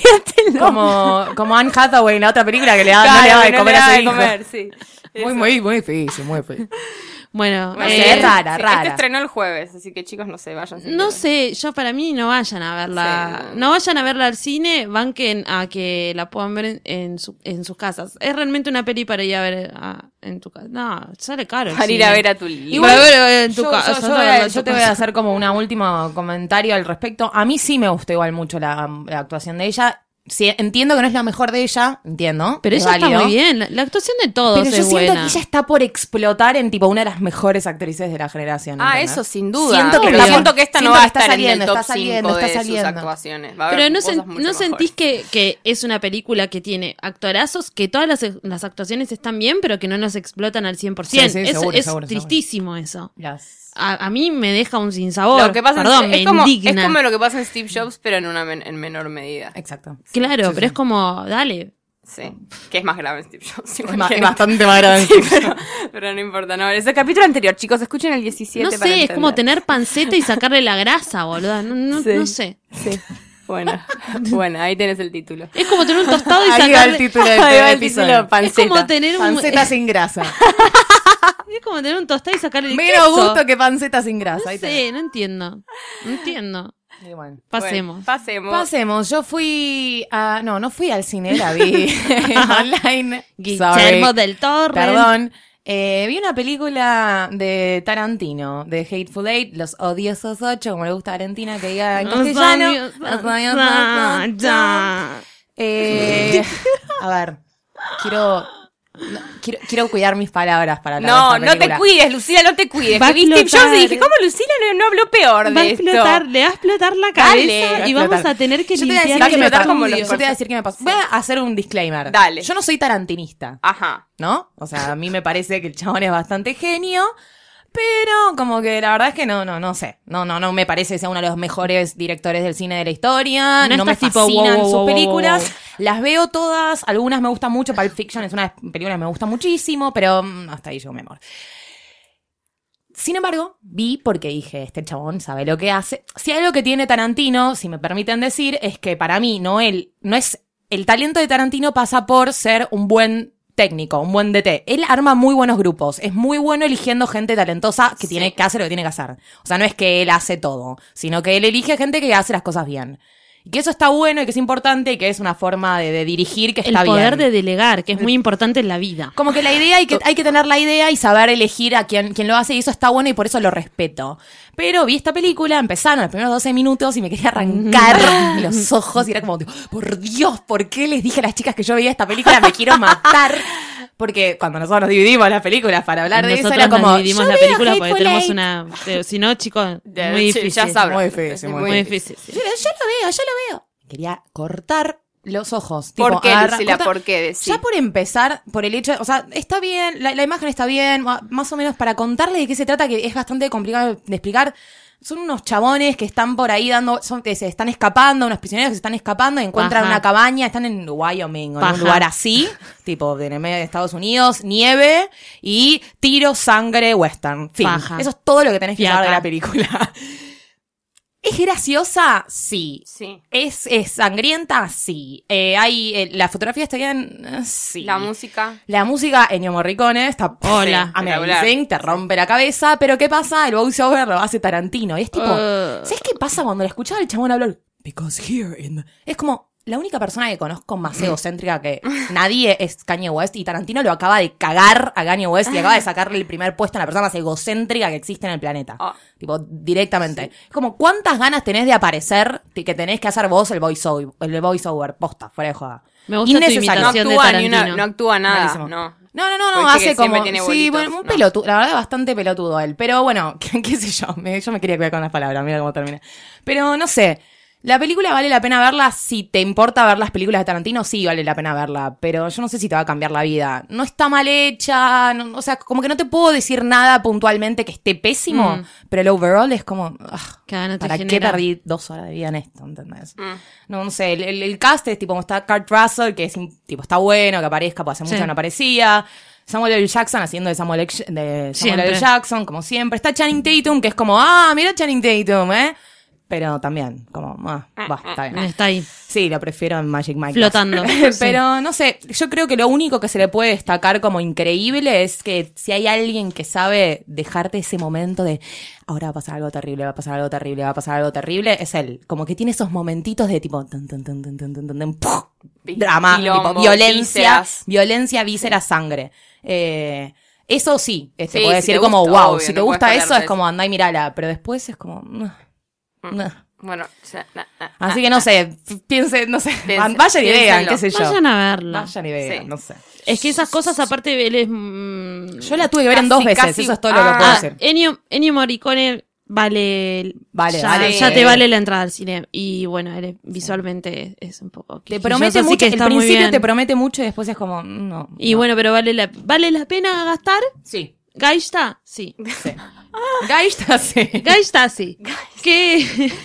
Speaker 7: como, como Anne Hathaway en la otra película que le da, no le daba de comer a su hijo.
Speaker 6: sí.
Speaker 7: Muy, muy, muy difícil, muy difícil.
Speaker 5: Bueno,
Speaker 7: Bueno,
Speaker 5: eh,
Speaker 7: sí, es rara,
Speaker 6: sí,
Speaker 7: rara.
Speaker 6: Este estrenó el jueves, así que chicos, no sé, vayan. sin
Speaker 5: no
Speaker 6: miedo.
Speaker 5: sé, yo para mí no vayan a verla,
Speaker 6: Sí,
Speaker 5: no.
Speaker 6: no.
Speaker 5: vayan a verla al cine, banquen a que la puedan ver en, en su- en sus casas. Es realmente una peli para ir a ver a- en tu casa. No, sale caro. el
Speaker 6: Para ir
Speaker 5: cine.
Speaker 6: a ver a tu libro.
Speaker 5: Igual- Para ver en tu
Speaker 7: yo,
Speaker 5: casa, no te
Speaker 7: yo- yo voy
Speaker 5: verlo
Speaker 7: a-
Speaker 5: en
Speaker 7: yo
Speaker 5: tu
Speaker 7: te voy
Speaker 5: casa.
Speaker 7: a hacer como un último comentario al respecto. A mí sí me gustó igual mucho la, la actuación de ella. si- entiendo que no es lo mejor de ella, entiendo.
Speaker 5: Pero
Speaker 7: es
Speaker 5: ella está
Speaker 7: válido.
Speaker 5: muy bien. La, la actuación de todos
Speaker 7: Pero yo
Speaker 5: es
Speaker 7: siento
Speaker 5: buena.
Speaker 7: que ella está por explotar en tipo una de las mejores actrices de la generación.
Speaker 6: Ah,
Speaker 7: ¿entendés?
Speaker 6: eso sin duda.
Speaker 7: Siento que,
Speaker 6: Pero
Speaker 7: está-
Speaker 6: siento que esta no
Speaker 7: siento
Speaker 6: va
Speaker 7: que
Speaker 6: a estar en el top
Speaker 7: está saliendo,
Speaker 6: 5 de
Speaker 7: está saliendo.
Speaker 6: sus actuaciones. Va a haber
Speaker 5: Pero no,
Speaker 6: cosas
Speaker 5: sen-
Speaker 6: mucho
Speaker 5: ¿no
Speaker 6: mejores.
Speaker 5: sentís que, que es una película que tiene actorazos, que todas las, las actuaciones están bien, pero que no nos explotan al 100%.
Speaker 7: Sí, sí,
Speaker 5: es
Speaker 7: seguro,
Speaker 5: es
Speaker 7: seguro,
Speaker 5: tristísimo eso.
Speaker 7: Las-
Speaker 5: A, a mí me deja un sinsabor.
Speaker 6: Lo que pasa en-
Speaker 5: Perdón,
Speaker 6: es,
Speaker 5: me
Speaker 6: como,
Speaker 5: indigna.
Speaker 6: es como lo que pasa en Steve Jobs, pero en una men- en menor medida.
Speaker 7: Exacto.
Speaker 5: Claro, pero es como, dale.
Speaker 6: Sí. Que es más grave Steve Jobs.
Speaker 7: Es, ma-
Speaker 6: igual que-
Speaker 7: es bastante más grande.
Speaker 6: pero, pero no importa. No, es el capítulo anterior, chicos. Escuchen el 17
Speaker 5: No
Speaker 6: para
Speaker 5: sé, es como
Speaker 6: entender.
Speaker 5: tener panceta y sacarle la grasa, boludo. No, no-
Speaker 6: Sí.
Speaker 5: no sé.
Speaker 6: Sí. Bueno, bueno, ahí tenés el título.
Speaker 5: Es como tener un tostado y
Speaker 7: Ahí va el
Speaker 5: sacarle.
Speaker 7: título del
Speaker 6: Ahí va
Speaker 7: primer
Speaker 6: el título,
Speaker 7: episodio.
Speaker 5: Es como
Speaker 6: panceta.
Speaker 5: tener un.
Speaker 7: Panceta sin grasa.
Speaker 5: Es como tener un tostado y sacarle el
Speaker 7: Menos
Speaker 5: queso.
Speaker 7: gusto que panceta sin grasa.
Speaker 5: No
Speaker 7: ahí
Speaker 5: sé, no entiendo. No entiendo.
Speaker 7: tenés. Y bueno.
Speaker 5: Pasemos.
Speaker 6: Bueno, pasemos.
Speaker 7: Pasemos, yo fui a... No, no fui al cine, la vi online.
Speaker 5: Guillermo
Speaker 7: Sorry.
Speaker 5: del Torre.
Speaker 7: Perdón. Eh, vi una película de Tarantino, de Hateful Eight, Los Odiosos Ocho, como le gusta a Argentina que diga en castellano. Los Odiosos Ocho. Eh, a ver, quiero, no, quiero... Quiero cuidar mis palabras para hablar de
Speaker 6: No,
Speaker 7: esta
Speaker 6: no te
Speaker 7: película.
Speaker 6: cuides, Lucila, no te cuides.
Speaker 5: Va a
Speaker 6: Que vi Steve
Speaker 5: explotar.
Speaker 6: Jobs y dije, ¿cómo Lucila no, no habló peor
Speaker 5: Va a
Speaker 6: de esto?
Speaker 5: explotar, le va a explotar la cabeza
Speaker 7: Dale.
Speaker 5: y
Speaker 7: Va
Speaker 5: vamos
Speaker 7: a explotar.
Speaker 5: a tener que
Speaker 7: Yo te voy a decir
Speaker 5: limpiar
Speaker 7: que me
Speaker 5: los
Speaker 7: pasó.
Speaker 6: como
Speaker 7: Yo
Speaker 6: los
Speaker 5: estudios.
Speaker 7: te voy a decir que me pasó. Voy a hacer un disclaimer.
Speaker 6: Dale.
Speaker 7: Yo no soy tarantinista.
Speaker 6: Ajá.
Speaker 7: ¿no? O sea, a mí me parece que el chabón es bastante genio, pero como que la verdad es que no, no, no sé. No, no, no me parece que sea uno de los mejores directores del cine de la historia.
Speaker 5: No
Speaker 7: No, me
Speaker 5: estás tipo,
Speaker 7: fascinan
Speaker 5: wow, wow, wow,
Speaker 7: sus películas.
Speaker 5: wow,
Speaker 7: Las veo todas, algunas me gustan mucho. Pulp Fiction es una película que me gusta muchísimo, pero mm, hasta ahí llegó mi amor. Sin embargo, vi porque dije, este chabón sabe lo que hace. Si hay algo que tiene Tarantino, si me permiten decir, es que para mí no él, no es el talento de Tarantino pasa por ser un buen técnico, un buen DT. Él arma muy buenos grupos, es muy bueno eligiendo gente talentosa que tiene que hacer lo que tiene que hacer. O sea, no es que él hace todo, sino que él elige gente que hace las cosas bien. Y que eso está bueno y que es importante y que es una forma de, de dirigir que
Speaker 5: El
Speaker 7: está bien.
Speaker 5: poder de delegar, que es muy importante en la vida.
Speaker 7: Como que la idea, hay que, hay que tener la idea y saber elegir a quien, quien lo hace, y eso está bueno y por eso lo respeto. Pero vi esta película, empezaron los primeros 12 minutos y me quería arrancar los ojos y era como, tipo, por Dios, ¿por qué les dije a las chicas que yo veía esta película? Me quiero matar. Porque cuando nosotros nos dividimos las películas para hablar de eso,
Speaker 5: Nosotros
Speaker 7: era como.
Speaker 5: nos dividimos
Speaker 7: yo
Speaker 5: la
Speaker 7: veo
Speaker 5: película porque
Speaker 7: Hateful
Speaker 5: tenemos
Speaker 7: Eight.
Speaker 5: una. eh, Si no, chicos,
Speaker 6: Ya-
Speaker 5: muy
Speaker 6: sí,
Speaker 5: difícil.
Speaker 6: Ya sabrán.
Speaker 7: Muy difícil,
Speaker 6: Es
Speaker 7: muy
Speaker 5: Muy difícil. sí.
Speaker 7: Yo, yo lo veo, yo lo veo. Quería cortar los ojos.
Speaker 6: ¿Por
Speaker 7: tipo,
Speaker 6: qué,
Speaker 7: agarra-
Speaker 6: Lucila?
Speaker 7: cortar-
Speaker 6: ¿Por qué? Decí.
Speaker 7: Ya por empezar, por el hecho, de- o sea, está bien, la, la imagen está bien, ma- más o menos para contarle de qué se trata, que es bastante complicado de explicar. Son unos chabones que están por ahí dando, son- que se están escapando, unos prisioneros que se están escapando, encuentran
Speaker 5: Ajá.
Speaker 7: una cabaña, están en Wyoming, o en
Speaker 5: Ajá.
Speaker 7: un lugar así, tipo de en el medio de Estados Unidos, nieve y tiro, sangre, western. Fin.
Speaker 5: Paja.
Speaker 7: Eso es todo lo que tenés que
Speaker 5: Fiaca.
Speaker 7: saber de la película. ¿Es graciosa? Sí.
Speaker 6: Sí.
Speaker 7: ¿Es, es sangrienta? Sí. Eh, hay, eh, ¿La fotografía está bien? Eh, Sí.
Speaker 6: La música.
Speaker 7: La música Ennio Morricone está
Speaker 5: Hola.
Speaker 7: sí, amazing,
Speaker 6: espectacular.
Speaker 7: te rompe la cabeza, pero ¿qué pasa? El voiceover lo hace Tarantino. Y es tipo,
Speaker 5: Uh.
Speaker 7: ¿sabes qué pasa cuando la escuchaba el chabón hablar? Because here in the-" Es como la única persona que conozco más egocéntrica que nadie es Kanye West y Tarantino lo acaba de cagar a Kanye West y acaba de sacarle el primer puesto a la persona más egocéntrica que existe en el planeta.
Speaker 6: Ah.
Speaker 7: Tipo, directamente. Es como, ¿cuántas ganas tenés de aparecer y que tenés que hacer vos el voiceover, el voiceover posta, fuera de joda?
Speaker 5: Me gusta tu
Speaker 7: Innecesario.
Speaker 6: No
Speaker 5: imitación. Canción de
Speaker 6: actúa, ni una-
Speaker 5: Tarantino.
Speaker 6: no actúa nada.
Speaker 7: Malísimo.
Speaker 6: No.
Speaker 7: No, no, no, no,
Speaker 6: Porque
Speaker 7: hace
Speaker 6: siempre
Speaker 7: como.
Speaker 6: tiene
Speaker 7: sí,
Speaker 6: bolitos,
Speaker 7: bueno, un
Speaker 6: no.
Speaker 7: pelotudo, la verdad, bastante pelotudo él. Pero bueno, qué, qué sé yo, me- yo me quería cuidar con las palabras, mira cómo termina. Pero no sé, la película vale la pena verla si te importa ver las películas de Tarantino, sí vale la pena verla. Pero yo no sé si te va a cambiar la vida. No está mal hecha, no- o sea, como que no te puedo decir nada puntualmente que esté pésimo,
Speaker 6: Mm.
Speaker 7: pero el overall es como. ah,
Speaker 5: Que no te
Speaker 7: ¿Para qué
Speaker 5: genera.
Speaker 7: perdí dos horas de vida en esto? ¿Entendés? No, no sé, el, el, el cast es tipo, está Kurt Russell, que es in- tipo, está bueno, que aparezca, porque hace mucho
Speaker 5: Sí.
Speaker 7: que no aparecía. Samuel L. Jackson haciendo de Samuel, X- de Samuel L.
Speaker 5: Siempre.
Speaker 7: Jackson, como siempre. Está Channing Tatum, que es como, ah, mira Channing Tatum, ¿eh? Pero también, como, ah, va, está bien.
Speaker 5: Está ahí.
Speaker 7: Sí, lo prefiero en Magic Mike.
Speaker 5: Flotando,
Speaker 7: Pero no sé, yo creo que lo único que se le puede destacar como increíble es que si hay alguien que sabe dejarte ese momento de ahora va a pasar algo terrible, va a pasar algo terrible, va a pasar algo terrible, es él. Como que tiene esos momentitos de tipo tan, tan, tan, tan, tan, tan, tan, tan, ¡puf!
Speaker 6: Vi-
Speaker 7: drama,
Speaker 6: quilombo,
Speaker 7: tipo, violencia,
Speaker 6: vísceras.
Speaker 7: violencia, vísceras, sangre. Eh, eso sí, eh, se
Speaker 6: Sí,
Speaker 7: puede
Speaker 6: si
Speaker 7: decir
Speaker 6: te
Speaker 7: como,
Speaker 6: gusta,
Speaker 7: wow,
Speaker 6: obvio,
Speaker 7: si te
Speaker 6: no
Speaker 7: gusta
Speaker 6: puedes
Speaker 7: eso es
Speaker 6: perderte Mm.
Speaker 7: como andá y mirala, pero después es como... "Nah, nah".
Speaker 6: Bueno, o sea, na- na-
Speaker 7: Así que no sé, f- piensen, no sé,
Speaker 6: Piensen-
Speaker 7: vayan y vean,
Speaker 6: piénsenlo.
Speaker 7: qué sé yo.
Speaker 5: Vayan a verla.
Speaker 7: Vayan y vean,
Speaker 6: Sí.
Speaker 7: no sé.
Speaker 5: Es que esas cosas, aparte, él es. mm,
Speaker 7: Yo la tuve que ver en
Speaker 6: Casi,
Speaker 7: dos veces,
Speaker 6: casi-
Speaker 7: eso es todo lo que
Speaker 6: Ah.
Speaker 7: puedo
Speaker 5: Ah,
Speaker 7: decir.
Speaker 5: Ennio, Ennio Morricone vale. el-
Speaker 7: Vale,
Speaker 5: ya,
Speaker 7: vale.
Speaker 5: ya te vale la entrada al cine. Y bueno, él es- visualmente es un poco.
Speaker 7: Te
Speaker 5: quisquilloso,
Speaker 7: promete
Speaker 5: así
Speaker 7: mucho,
Speaker 5: que
Speaker 7: el
Speaker 5: está muy
Speaker 7: principio
Speaker 5: bien.
Speaker 7: te promete mucho y después es como, mm, no.
Speaker 5: Y bueno, pero vale la, vale la pena gastar.
Speaker 7: Sí. Ah.
Speaker 5: Gaista, sí.
Speaker 7: Gaista, sí.
Speaker 5: Gaista, sí. ¿Qué,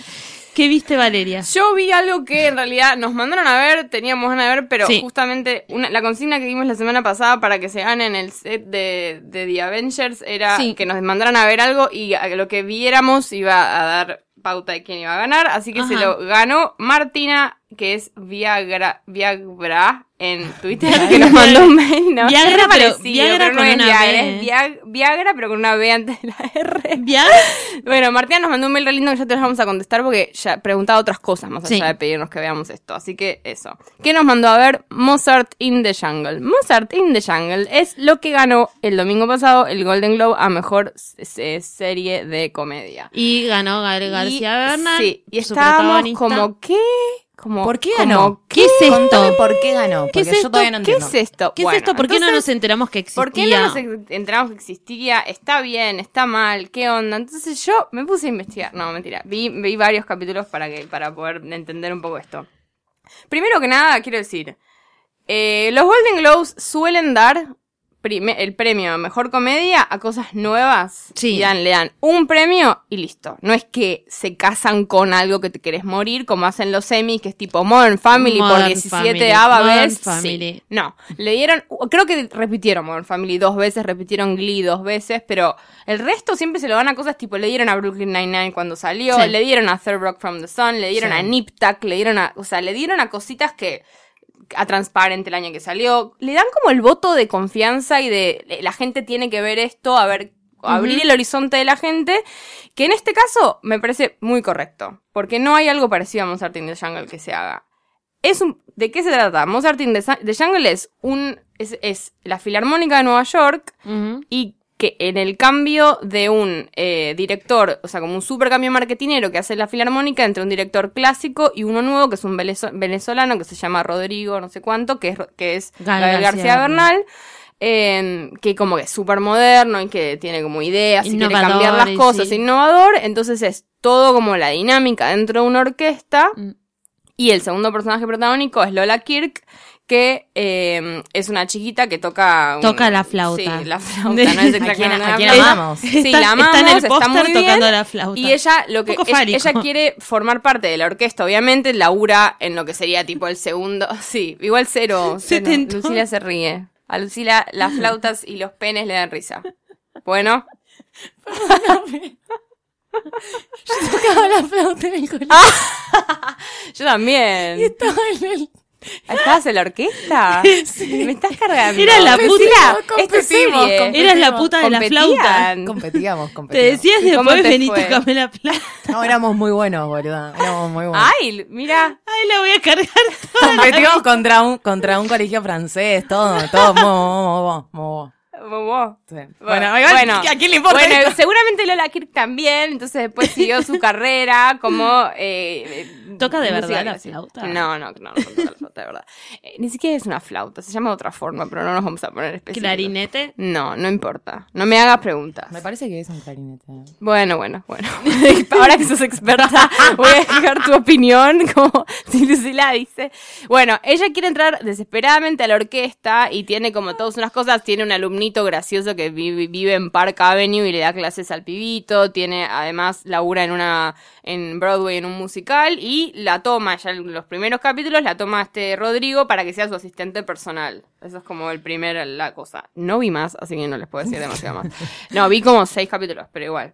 Speaker 5: ¿Qué viste, Valeria?
Speaker 6: Yo vi algo que en realidad nos mandaron a ver, teníamos ganas de ver, pero
Speaker 5: Sí.
Speaker 6: justamente una- la consigna que dimos la semana pasada para que se ganen el set de, de The Avengers era
Speaker 5: Sí.
Speaker 6: que nos mandaran a ver algo y a lo que viéramos iba a dar pauta de quién iba a ganar, así que se
Speaker 5: Ajá.
Speaker 6: lo ganó Martina, que es Viagra, Viagra en Twitter, que nos mandó un mail. ¿no?
Speaker 5: Viagra,
Speaker 6: Es
Speaker 5: pero-
Speaker 6: parecido,
Speaker 5: Viagra
Speaker 6: pero no
Speaker 5: con
Speaker 6: es
Speaker 5: una
Speaker 6: Viagra,
Speaker 5: B. ¿eh?
Speaker 6: es Viag- Viagra, pero con una B antes de la R.
Speaker 5: ¿Viagra?
Speaker 6: Bueno, Martina nos mandó un mail re lindo que ya te los vamos a contestar porque ya preguntaba otras cosas más allá
Speaker 5: Sí.
Speaker 6: de pedirnos que veamos esto. Así que eso. ¿Qué nos mandó a ver? Mozart in the Jungle. Mozart in the Jungle es lo que ganó el domingo pasado el Golden Globe a mejor s- eh, serie de comedia.
Speaker 5: Y ganó Gael García
Speaker 6: Y-
Speaker 5: Bernal.
Speaker 6: Sí, y
Speaker 5: su
Speaker 6: estábamos
Speaker 5: protagonista.
Speaker 6: como, ¿qué? Como,
Speaker 7: ¿Por qué
Speaker 6: como,
Speaker 7: ganó?
Speaker 6: ¿Qué
Speaker 5: es esto?
Speaker 7: Contame por qué ganó, porque
Speaker 6: ¿Qué es
Speaker 7: yo
Speaker 6: esto?
Speaker 7: todavía no
Speaker 6: ¿Qué
Speaker 7: entiendo.
Speaker 6: es esto?
Speaker 5: ¿Qué
Speaker 6: Bueno,
Speaker 5: es esto? ¿Por qué no
Speaker 6: entonces-
Speaker 5: nos enteramos que existía?
Speaker 6: ¿Por qué no nos en- enteramos que existía? ¿Está bien? ¿Está mal? ¿Qué onda? Entonces yo me puse a investigar. No, mentira. Vi, vi varios capítulos para, que, para poder entender un poco esto. Primero que nada, quiero decir, eh, los Golden Globes suelen dar prime- el premio a mejor comedia a cosas nuevas.
Speaker 5: Sí.
Speaker 6: Y dan, le dan un premio y listo. No es que se casan con algo que te querés morir, como hacen los semis, que es tipo Modern Family por
Speaker 5: Modern
Speaker 6: 17
Speaker 5: Family,
Speaker 6: ava
Speaker 5: Modern
Speaker 6: vez. Sí.
Speaker 5: Family.
Speaker 6: No, le dieron, creo que repitieron Modern Family dos veces, repitieron Glee dos veces, pero el resto siempre se lo dan a cosas tipo, le dieron a Brooklyn Nine-Nine cuando salió,
Speaker 5: Sí.
Speaker 6: le dieron a Third Rock from the Sun, le dieron
Speaker 7: Sí.
Speaker 6: a Nip Tuck, le dieron a, o sea, le dieron a cositas que, a Transparent el año que salió, le dan como el voto de confianza y de, eh, la gente tiene que ver esto, a ver, abrir el horizonte de la gente, que en este caso me parece muy correcto, porque no hay algo parecido a Mozart in the Jungle que se haga es un, ¿De qué se trata? Mozart in the, Sa- the Jungle es, un, es, es la Filarmónica de Nueva York
Speaker 5: Ujú.
Speaker 6: y que en el cambio de un eh, director, o sea, como un super cambio marketinero que hace la Filarmónica entre un director clásico y uno nuevo, que es un venezo- venezolano que se llama Rodrigo, no sé cuánto, que es, Ro- que es
Speaker 5: Gael
Speaker 6: Gael
Speaker 5: García
Speaker 6: García Bernal. eh, que como que es súper moderno y que tiene como ideas y quiere
Speaker 5: Innovador,
Speaker 6: cambiar las
Speaker 5: y
Speaker 6: cosas,
Speaker 5: sí.
Speaker 6: innovador, entonces es todo como la dinámica dentro de una orquesta
Speaker 5: Mm.
Speaker 6: y el segundo personaje protagónico es Lola Kirk, que eh, es una chiquita que toca... un-
Speaker 5: Toca la flauta.
Speaker 6: Sí, la flauta, no es
Speaker 7: ¿A quién-
Speaker 6: exactamente
Speaker 7: a
Speaker 6: una
Speaker 7: quién
Speaker 6: flauta.
Speaker 7: amamos?
Speaker 6: Sí,
Speaker 5: Está-
Speaker 6: la
Speaker 5: está en
Speaker 6: amamos,
Speaker 5: el
Speaker 6: está
Speaker 5: póster
Speaker 6: muy bien.
Speaker 5: tocando la flauta.
Speaker 6: Y ella lo que
Speaker 5: Un poco
Speaker 6: ella,
Speaker 5: fárico.
Speaker 6: ella quiere formar parte de la orquesta, obviamente, labura en lo que sería tipo el segundo, sí, igual cero.
Speaker 5: Se
Speaker 6: cero.
Speaker 5: tentó.
Speaker 6: Lucila se ríe. A Lucila las flautas y los penes le dan risa. Bueno,
Speaker 7: tocaba la flauta en el colegio.
Speaker 6: yo también.
Speaker 7: Estaba en el...
Speaker 6: ¿Estabas en la orquesta? Me estás cargando.
Speaker 5: Era la puta-
Speaker 6: Lucila, esto es
Speaker 7: competimos,
Speaker 6: serie.
Speaker 7: competimos.
Speaker 5: Eras la puta de la
Speaker 6: Competían.
Speaker 5: flauta.
Speaker 7: Competíamos,
Speaker 5: Te
Speaker 7: competíamos.
Speaker 5: decías
Speaker 6: ¿Y cómo
Speaker 5: después,
Speaker 6: te
Speaker 5: vení,
Speaker 6: fue?
Speaker 5: tocame la plata.
Speaker 7: No, éramos muy buenos, boluda. Éramos muy buenos.
Speaker 6: Ay, mira.
Speaker 5: Ay, la voy a cargar toda.
Speaker 7: Competimos contra un, contra un colegio francés, todo, todo, mo, mo, mo, mo, mo.
Speaker 6: Bobo.
Speaker 7: Sí. Bueno,
Speaker 6: Bueno,
Speaker 7: igual,
Speaker 6: bueno.
Speaker 7: ¿a quién le importa?
Speaker 6: Bueno,
Speaker 7: esto?
Speaker 6: seguramente Lola Kirk también, entonces después siguió su carrera como... eh, eh,
Speaker 5: ¿Toca de verdad
Speaker 6: música
Speaker 5: la
Speaker 6: clásica.
Speaker 5: flauta?
Speaker 6: No, no, no, no toca la flauta, de verdad. Eh, ni siquiera es una flauta, se llama de otra forma, pero no nos vamos a poner específicos.
Speaker 5: Clarinete.
Speaker 6: No, no importa. No me hagas preguntas.
Speaker 7: Me parece que es un clarinete.
Speaker 6: Bueno, bueno, bueno. Ahora que sos experta, voy a dejar tu opinión, como si Lucila dice. Bueno, ella quiere entrar desesperadamente a la orquesta y tiene como todas unas cosas. Tiene un alumnito gracioso que vi- vi- vive en Park Avenue y le da clases al pibito. Tiene, además, labura en una, en Broadway en un musical y la toma, ya en los primeros capítulos, la toma este Rodrigo para que sea su asistente personal. Eso es como el primer, la cosa. No vi más, así que no les puedo decir demasiado más. No, vi como seis capítulos, pero igual.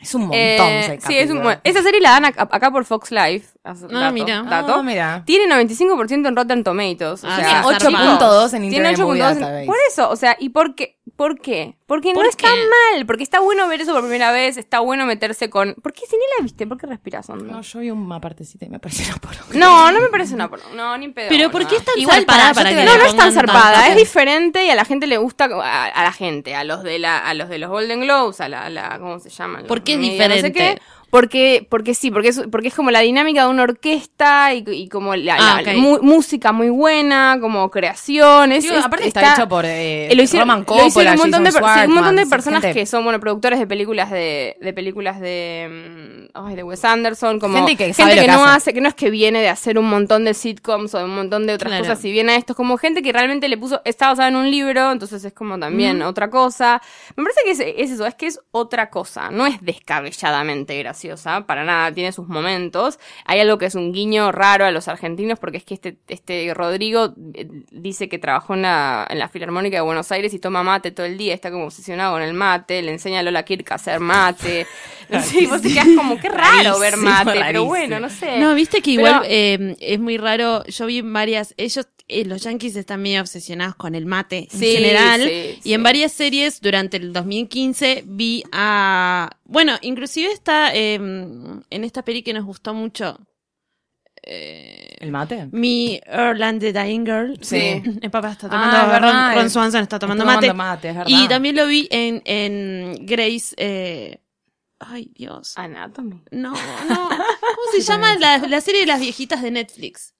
Speaker 7: Es un montón.
Speaker 6: Eh,
Speaker 7: ese
Speaker 6: sí, es un
Speaker 7: capítulo.
Speaker 6: buen- Esa serie la dan ac- acá por Fox Live. as-
Speaker 5: Ah, mira.
Speaker 6: dato.
Speaker 7: Ah, mira.
Speaker 6: Tiene 95% en Rotten Tomatoes. o
Speaker 5: Ah,
Speaker 6: sea,
Speaker 5: sí,
Speaker 6: chicos,
Speaker 7: 8.2 en
Speaker 6: Tiene
Speaker 7: Internet Movie
Speaker 6: 8.2. en-
Speaker 7: Database.
Speaker 6: Por eso, o sea, ¿y por qué? ¿Por qué? Porque
Speaker 5: ¿Por
Speaker 6: no está
Speaker 5: qué?
Speaker 6: mal. Porque está bueno ver eso por primera vez. Está bueno meterse con. ¿Por qué si ni la viste? ¿Por qué respiras onda?
Speaker 7: No, yo vi una partecita y me pareció una poronga.
Speaker 6: No, no me parece una por- No, ni pedo.
Speaker 5: Pero ¿por qué es tan
Speaker 7: Igual,
Speaker 5: zarpada
Speaker 7: pará, yo
Speaker 5: para
Speaker 7: te
Speaker 5: que
Speaker 7: voy a-
Speaker 5: le
Speaker 6: No, no es tan
Speaker 5: pongan
Speaker 6: zarpada,
Speaker 5: tanto?
Speaker 6: es diferente y a la gente le gusta a, a la gente, a los de la, a los de los Golden Globes, a la, a la- ¿cómo se llaman?
Speaker 5: ¿Por qué es
Speaker 6: Media no sé
Speaker 5: diferente?
Speaker 6: qué, Porque, porque sí, porque es, porque es como la dinámica de una orquesta y, y como la,
Speaker 5: Ah,
Speaker 6: la-
Speaker 5: ok.
Speaker 6: mu- música muy buena, como creaciones.
Speaker 7: Digo, aparte está hecho por, eh,
Speaker 6: lo hicieron,
Speaker 7: Roman
Speaker 6: lo
Speaker 7: Coppola,
Speaker 6: hicieron un montón de, per-
Speaker 7: Jason
Speaker 6: sí, un montón de
Speaker 7: Schwartzman,
Speaker 6: personas
Speaker 7: gente-
Speaker 6: que son bueno productores de películas de, de películas de, mm, ay, de Wes Anderson, como
Speaker 7: Gente que sabe lo que
Speaker 6: no
Speaker 7: hace.
Speaker 6: hace, que no es que viene de hacer un montón de sitcoms o de un montón de otras
Speaker 5: Claro.
Speaker 6: cosas y viene a esto, es como gente que realmente le puso, está basada en un libro, entonces es como también otra cosa. Me parece que es, es eso, es que es otra cosa, no es descabelladamente graciosa, para nada, tiene sus momentos. Hay algo que es un guiño raro a los argentinos porque es que este, este Rodrigo eh, dice que trabajó en la, en la Filarmónica de Buenos Aires y toma mate todo el día, está como obsesionado con el mate, le enseña a Lola Kirk a hacer mate. Sí, vos te quedas como, qué raro ver
Speaker 7: Rarísimo,
Speaker 6: mate, pero
Speaker 7: rarísimo.
Speaker 6: bueno, no sé.
Speaker 5: No, viste que
Speaker 6: Pero-
Speaker 5: igual eh, es muy raro. Yo vi en varias. Ellos, eh, los yankees están medio obsesionados con el mate en
Speaker 6: Sí,
Speaker 5: general.
Speaker 6: sí,
Speaker 5: y
Speaker 6: sí.
Speaker 5: en varias series durante el 2015 vi a. Bueno, inclusive está eh, en esta peli que nos gustó mucho.
Speaker 7: ¿El
Speaker 6: Ah,
Speaker 7: mate?
Speaker 5: Mi Erland the Dying Girl.
Speaker 6: Sí.
Speaker 5: El papá está
Speaker 7: Ah,
Speaker 5: tomando.
Speaker 7: es verdad.
Speaker 5: Ron, Ron Swanson está tomando mate.
Speaker 7: mate, es verdad.
Speaker 5: y también lo vi en, en Grace. eh, Ay, Dios.
Speaker 6: Anatomy.
Speaker 5: No, no. ¿Cómo se llama la, la serie de las viejitas de Netflix?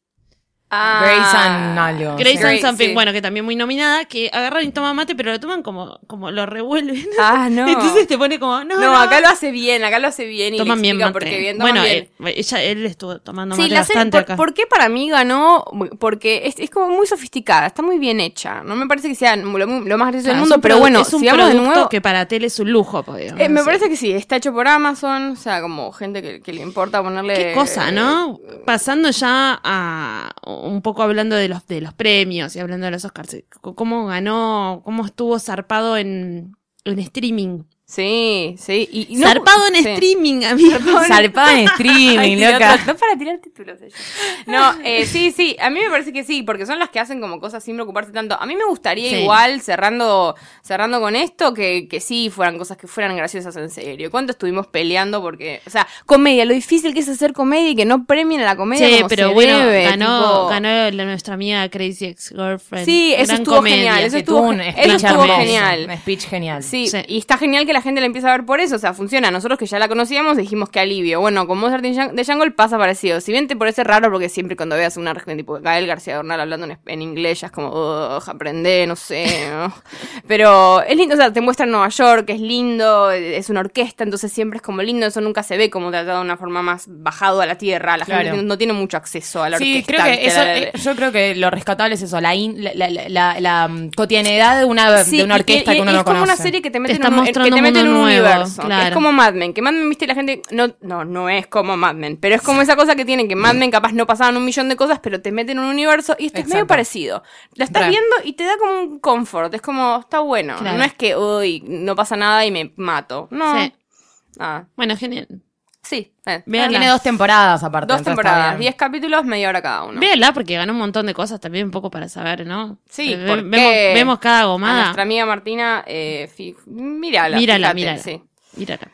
Speaker 6: Ah,
Speaker 7: Grace and algo.
Speaker 5: Grace
Speaker 6: Grace,
Speaker 5: and Something,
Speaker 6: sí.
Speaker 5: bueno, que también muy nominada, que agarran y toman mate, pero lo toman como, como lo revuelven.
Speaker 6: Ah, no.
Speaker 5: Entonces te pone como, no,
Speaker 6: no, acá lo hace bien, acá lo hace bien y
Speaker 5: toman
Speaker 6: le
Speaker 5: bien
Speaker 6: explica
Speaker 5: mate.
Speaker 6: porque bien toman
Speaker 5: bueno,
Speaker 6: bien.
Speaker 5: eh, ella, él estuvo tomando
Speaker 6: Sí,
Speaker 5: mate
Speaker 6: la serie,
Speaker 5: bastante
Speaker 6: por,
Speaker 5: acá.
Speaker 6: ¿por qué para mí ganó? Porque es, es como muy sofisticada, está muy bien hecha. No me parece que sea lo, lo más gracioso
Speaker 5: Ah,
Speaker 6: del
Speaker 5: es
Speaker 6: mundo,
Speaker 5: un
Speaker 6: pero
Speaker 5: produ-
Speaker 6: bueno,
Speaker 5: es un
Speaker 6: si vamos de
Speaker 5: producto
Speaker 6: nuevo...
Speaker 5: que para tele es un lujo, pues, podríamos
Speaker 6: eh, me
Speaker 5: decir.
Speaker 6: parece que sí, está hecho por Amazon, o sea, como gente que, que eh, le importa ponerle...
Speaker 5: Qué cosa, ¿no? Pasando ya a un poco hablando de los, de los premios y hablando de los Oscars, eh, c- cómo ganó, cómo estuvo zarpado en, en streaming.
Speaker 6: Sí, sí. Y, y no-
Speaker 5: zarpado en
Speaker 6: sí.
Speaker 5: streaming, amigo.
Speaker 7: Zarpada en streaming,
Speaker 6: Ay, tiré
Speaker 7: loca.
Speaker 6: otra- no para tirar títulos. ella. No, eh, sí, sí, a mí me parece que sí, porque son las que hacen como cosas sin preocuparse tanto. A mí me gustaría
Speaker 5: Sí.
Speaker 6: igual, cerrando cerrando con esto, que, que sí fueran cosas que fueran graciosas en serio. ¿Cuánto estuvimos peleando? Porque, o sea, comedia, lo difícil que es hacer comedia y que no premien a la comedia.
Speaker 5: Sí,
Speaker 6: como
Speaker 5: pero
Speaker 6: se
Speaker 5: bueno,
Speaker 6: debe,
Speaker 5: ganó,
Speaker 6: tipo-
Speaker 5: ganó la- nuestra amiga Crazy Ex Girlfriend.
Speaker 6: Sí, eso estuvo genial, eso
Speaker 7: Que
Speaker 6: estuvo
Speaker 7: tuvo
Speaker 6: gen- eso
Speaker 7: speech
Speaker 6: estuvo
Speaker 7: hermoso,
Speaker 6: genial.
Speaker 7: Un speech genial.
Speaker 6: Sí,
Speaker 5: Sí.
Speaker 6: y está genial que la gente la empiece a ver por eso, o sea, funciona. Nosotros que ya la conocíamos dijimos que alivio. Bueno, con Mozart de Django Jungle pasa parecido. Si bien te parece raro, porque siempre cuando veas una argentina tipo Gael García Dornal hablando en, es- en inglés, ya es como, "Ugh, aprendé, no sé. ¿no?". Pero es lindo, o sea, te muestran Nueva York, es lindo, es una orquesta, entonces siempre es como lindo, eso nunca se ve como tratado de una forma más bajado a la tierra. La
Speaker 7: Claro.
Speaker 6: gente no tiene mucho acceso a la orquesta.
Speaker 7: Sí, creo que
Speaker 6: ¿viste?
Speaker 7: eso,
Speaker 6: La- la-
Speaker 7: eh, yo creo que lo rescatable es eso, la, in- la, la, la- la- la, mm, cotidianidad de una,
Speaker 6: Sí,
Speaker 7: de una
Speaker 6: y-
Speaker 7: orquesta
Speaker 6: y-
Speaker 7: que uno
Speaker 6: y
Speaker 7: no
Speaker 6: es como
Speaker 7: conoce.
Speaker 6: una serie que te mete
Speaker 5: está
Speaker 6: en un, que te
Speaker 5: mostrando un
Speaker 6: mete en
Speaker 5: mundo
Speaker 6: un
Speaker 5: nuevo,
Speaker 6: universo. que Es
Speaker 5: claro.
Speaker 6: como Mad Men, que Mad Men, viste, la gente no, no, no es como Mad Men, pero es como esa cosa que tienen, que Mad Men capaz no pasaban un millón de cosas, pero te meten en un universo y esto es medio
Speaker 7: Exacto.
Speaker 6: parecido. La estás
Speaker 7: Re.
Speaker 6: viendo y te da como un confort, es como, está bueno.
Speaker 5: Claro.
Speaker 6: No es que, uy, no pasa nada y me mato. No.
Speaker 5: Sí.
Speaker 6: Ah,
Speaker 5: Bueno, genial.
Speaker 6: sí. eh.
Speaker 5: Veanla.
Speaker 7: Tiene dos temporadas aparte.
Speaker 6: Dos
Speaker 7: entonces está
Speaker 6: temporadas,
Speaker 7: bien.
Speaker 6: diez capítulos, media hora cada uno.
Speaker 5: Véala porque ganó un montón de cosas también, un poco para saber, ¿no?
Speaker 6: Sí,
Speaker 5: Ve-
Speaker 6: porque
Speaker 5: vemos, vemos cada
Speaker 6: A
Speaker 5: gomada.
Speaker 6: nuestra amiga Martina, eh, fi- mírala.
Speaker 5: Mírala,
Speaker 6: fíjate,
Speaker 5: mírala.
Speaker 6: sí.
Speaker 5: Mírala.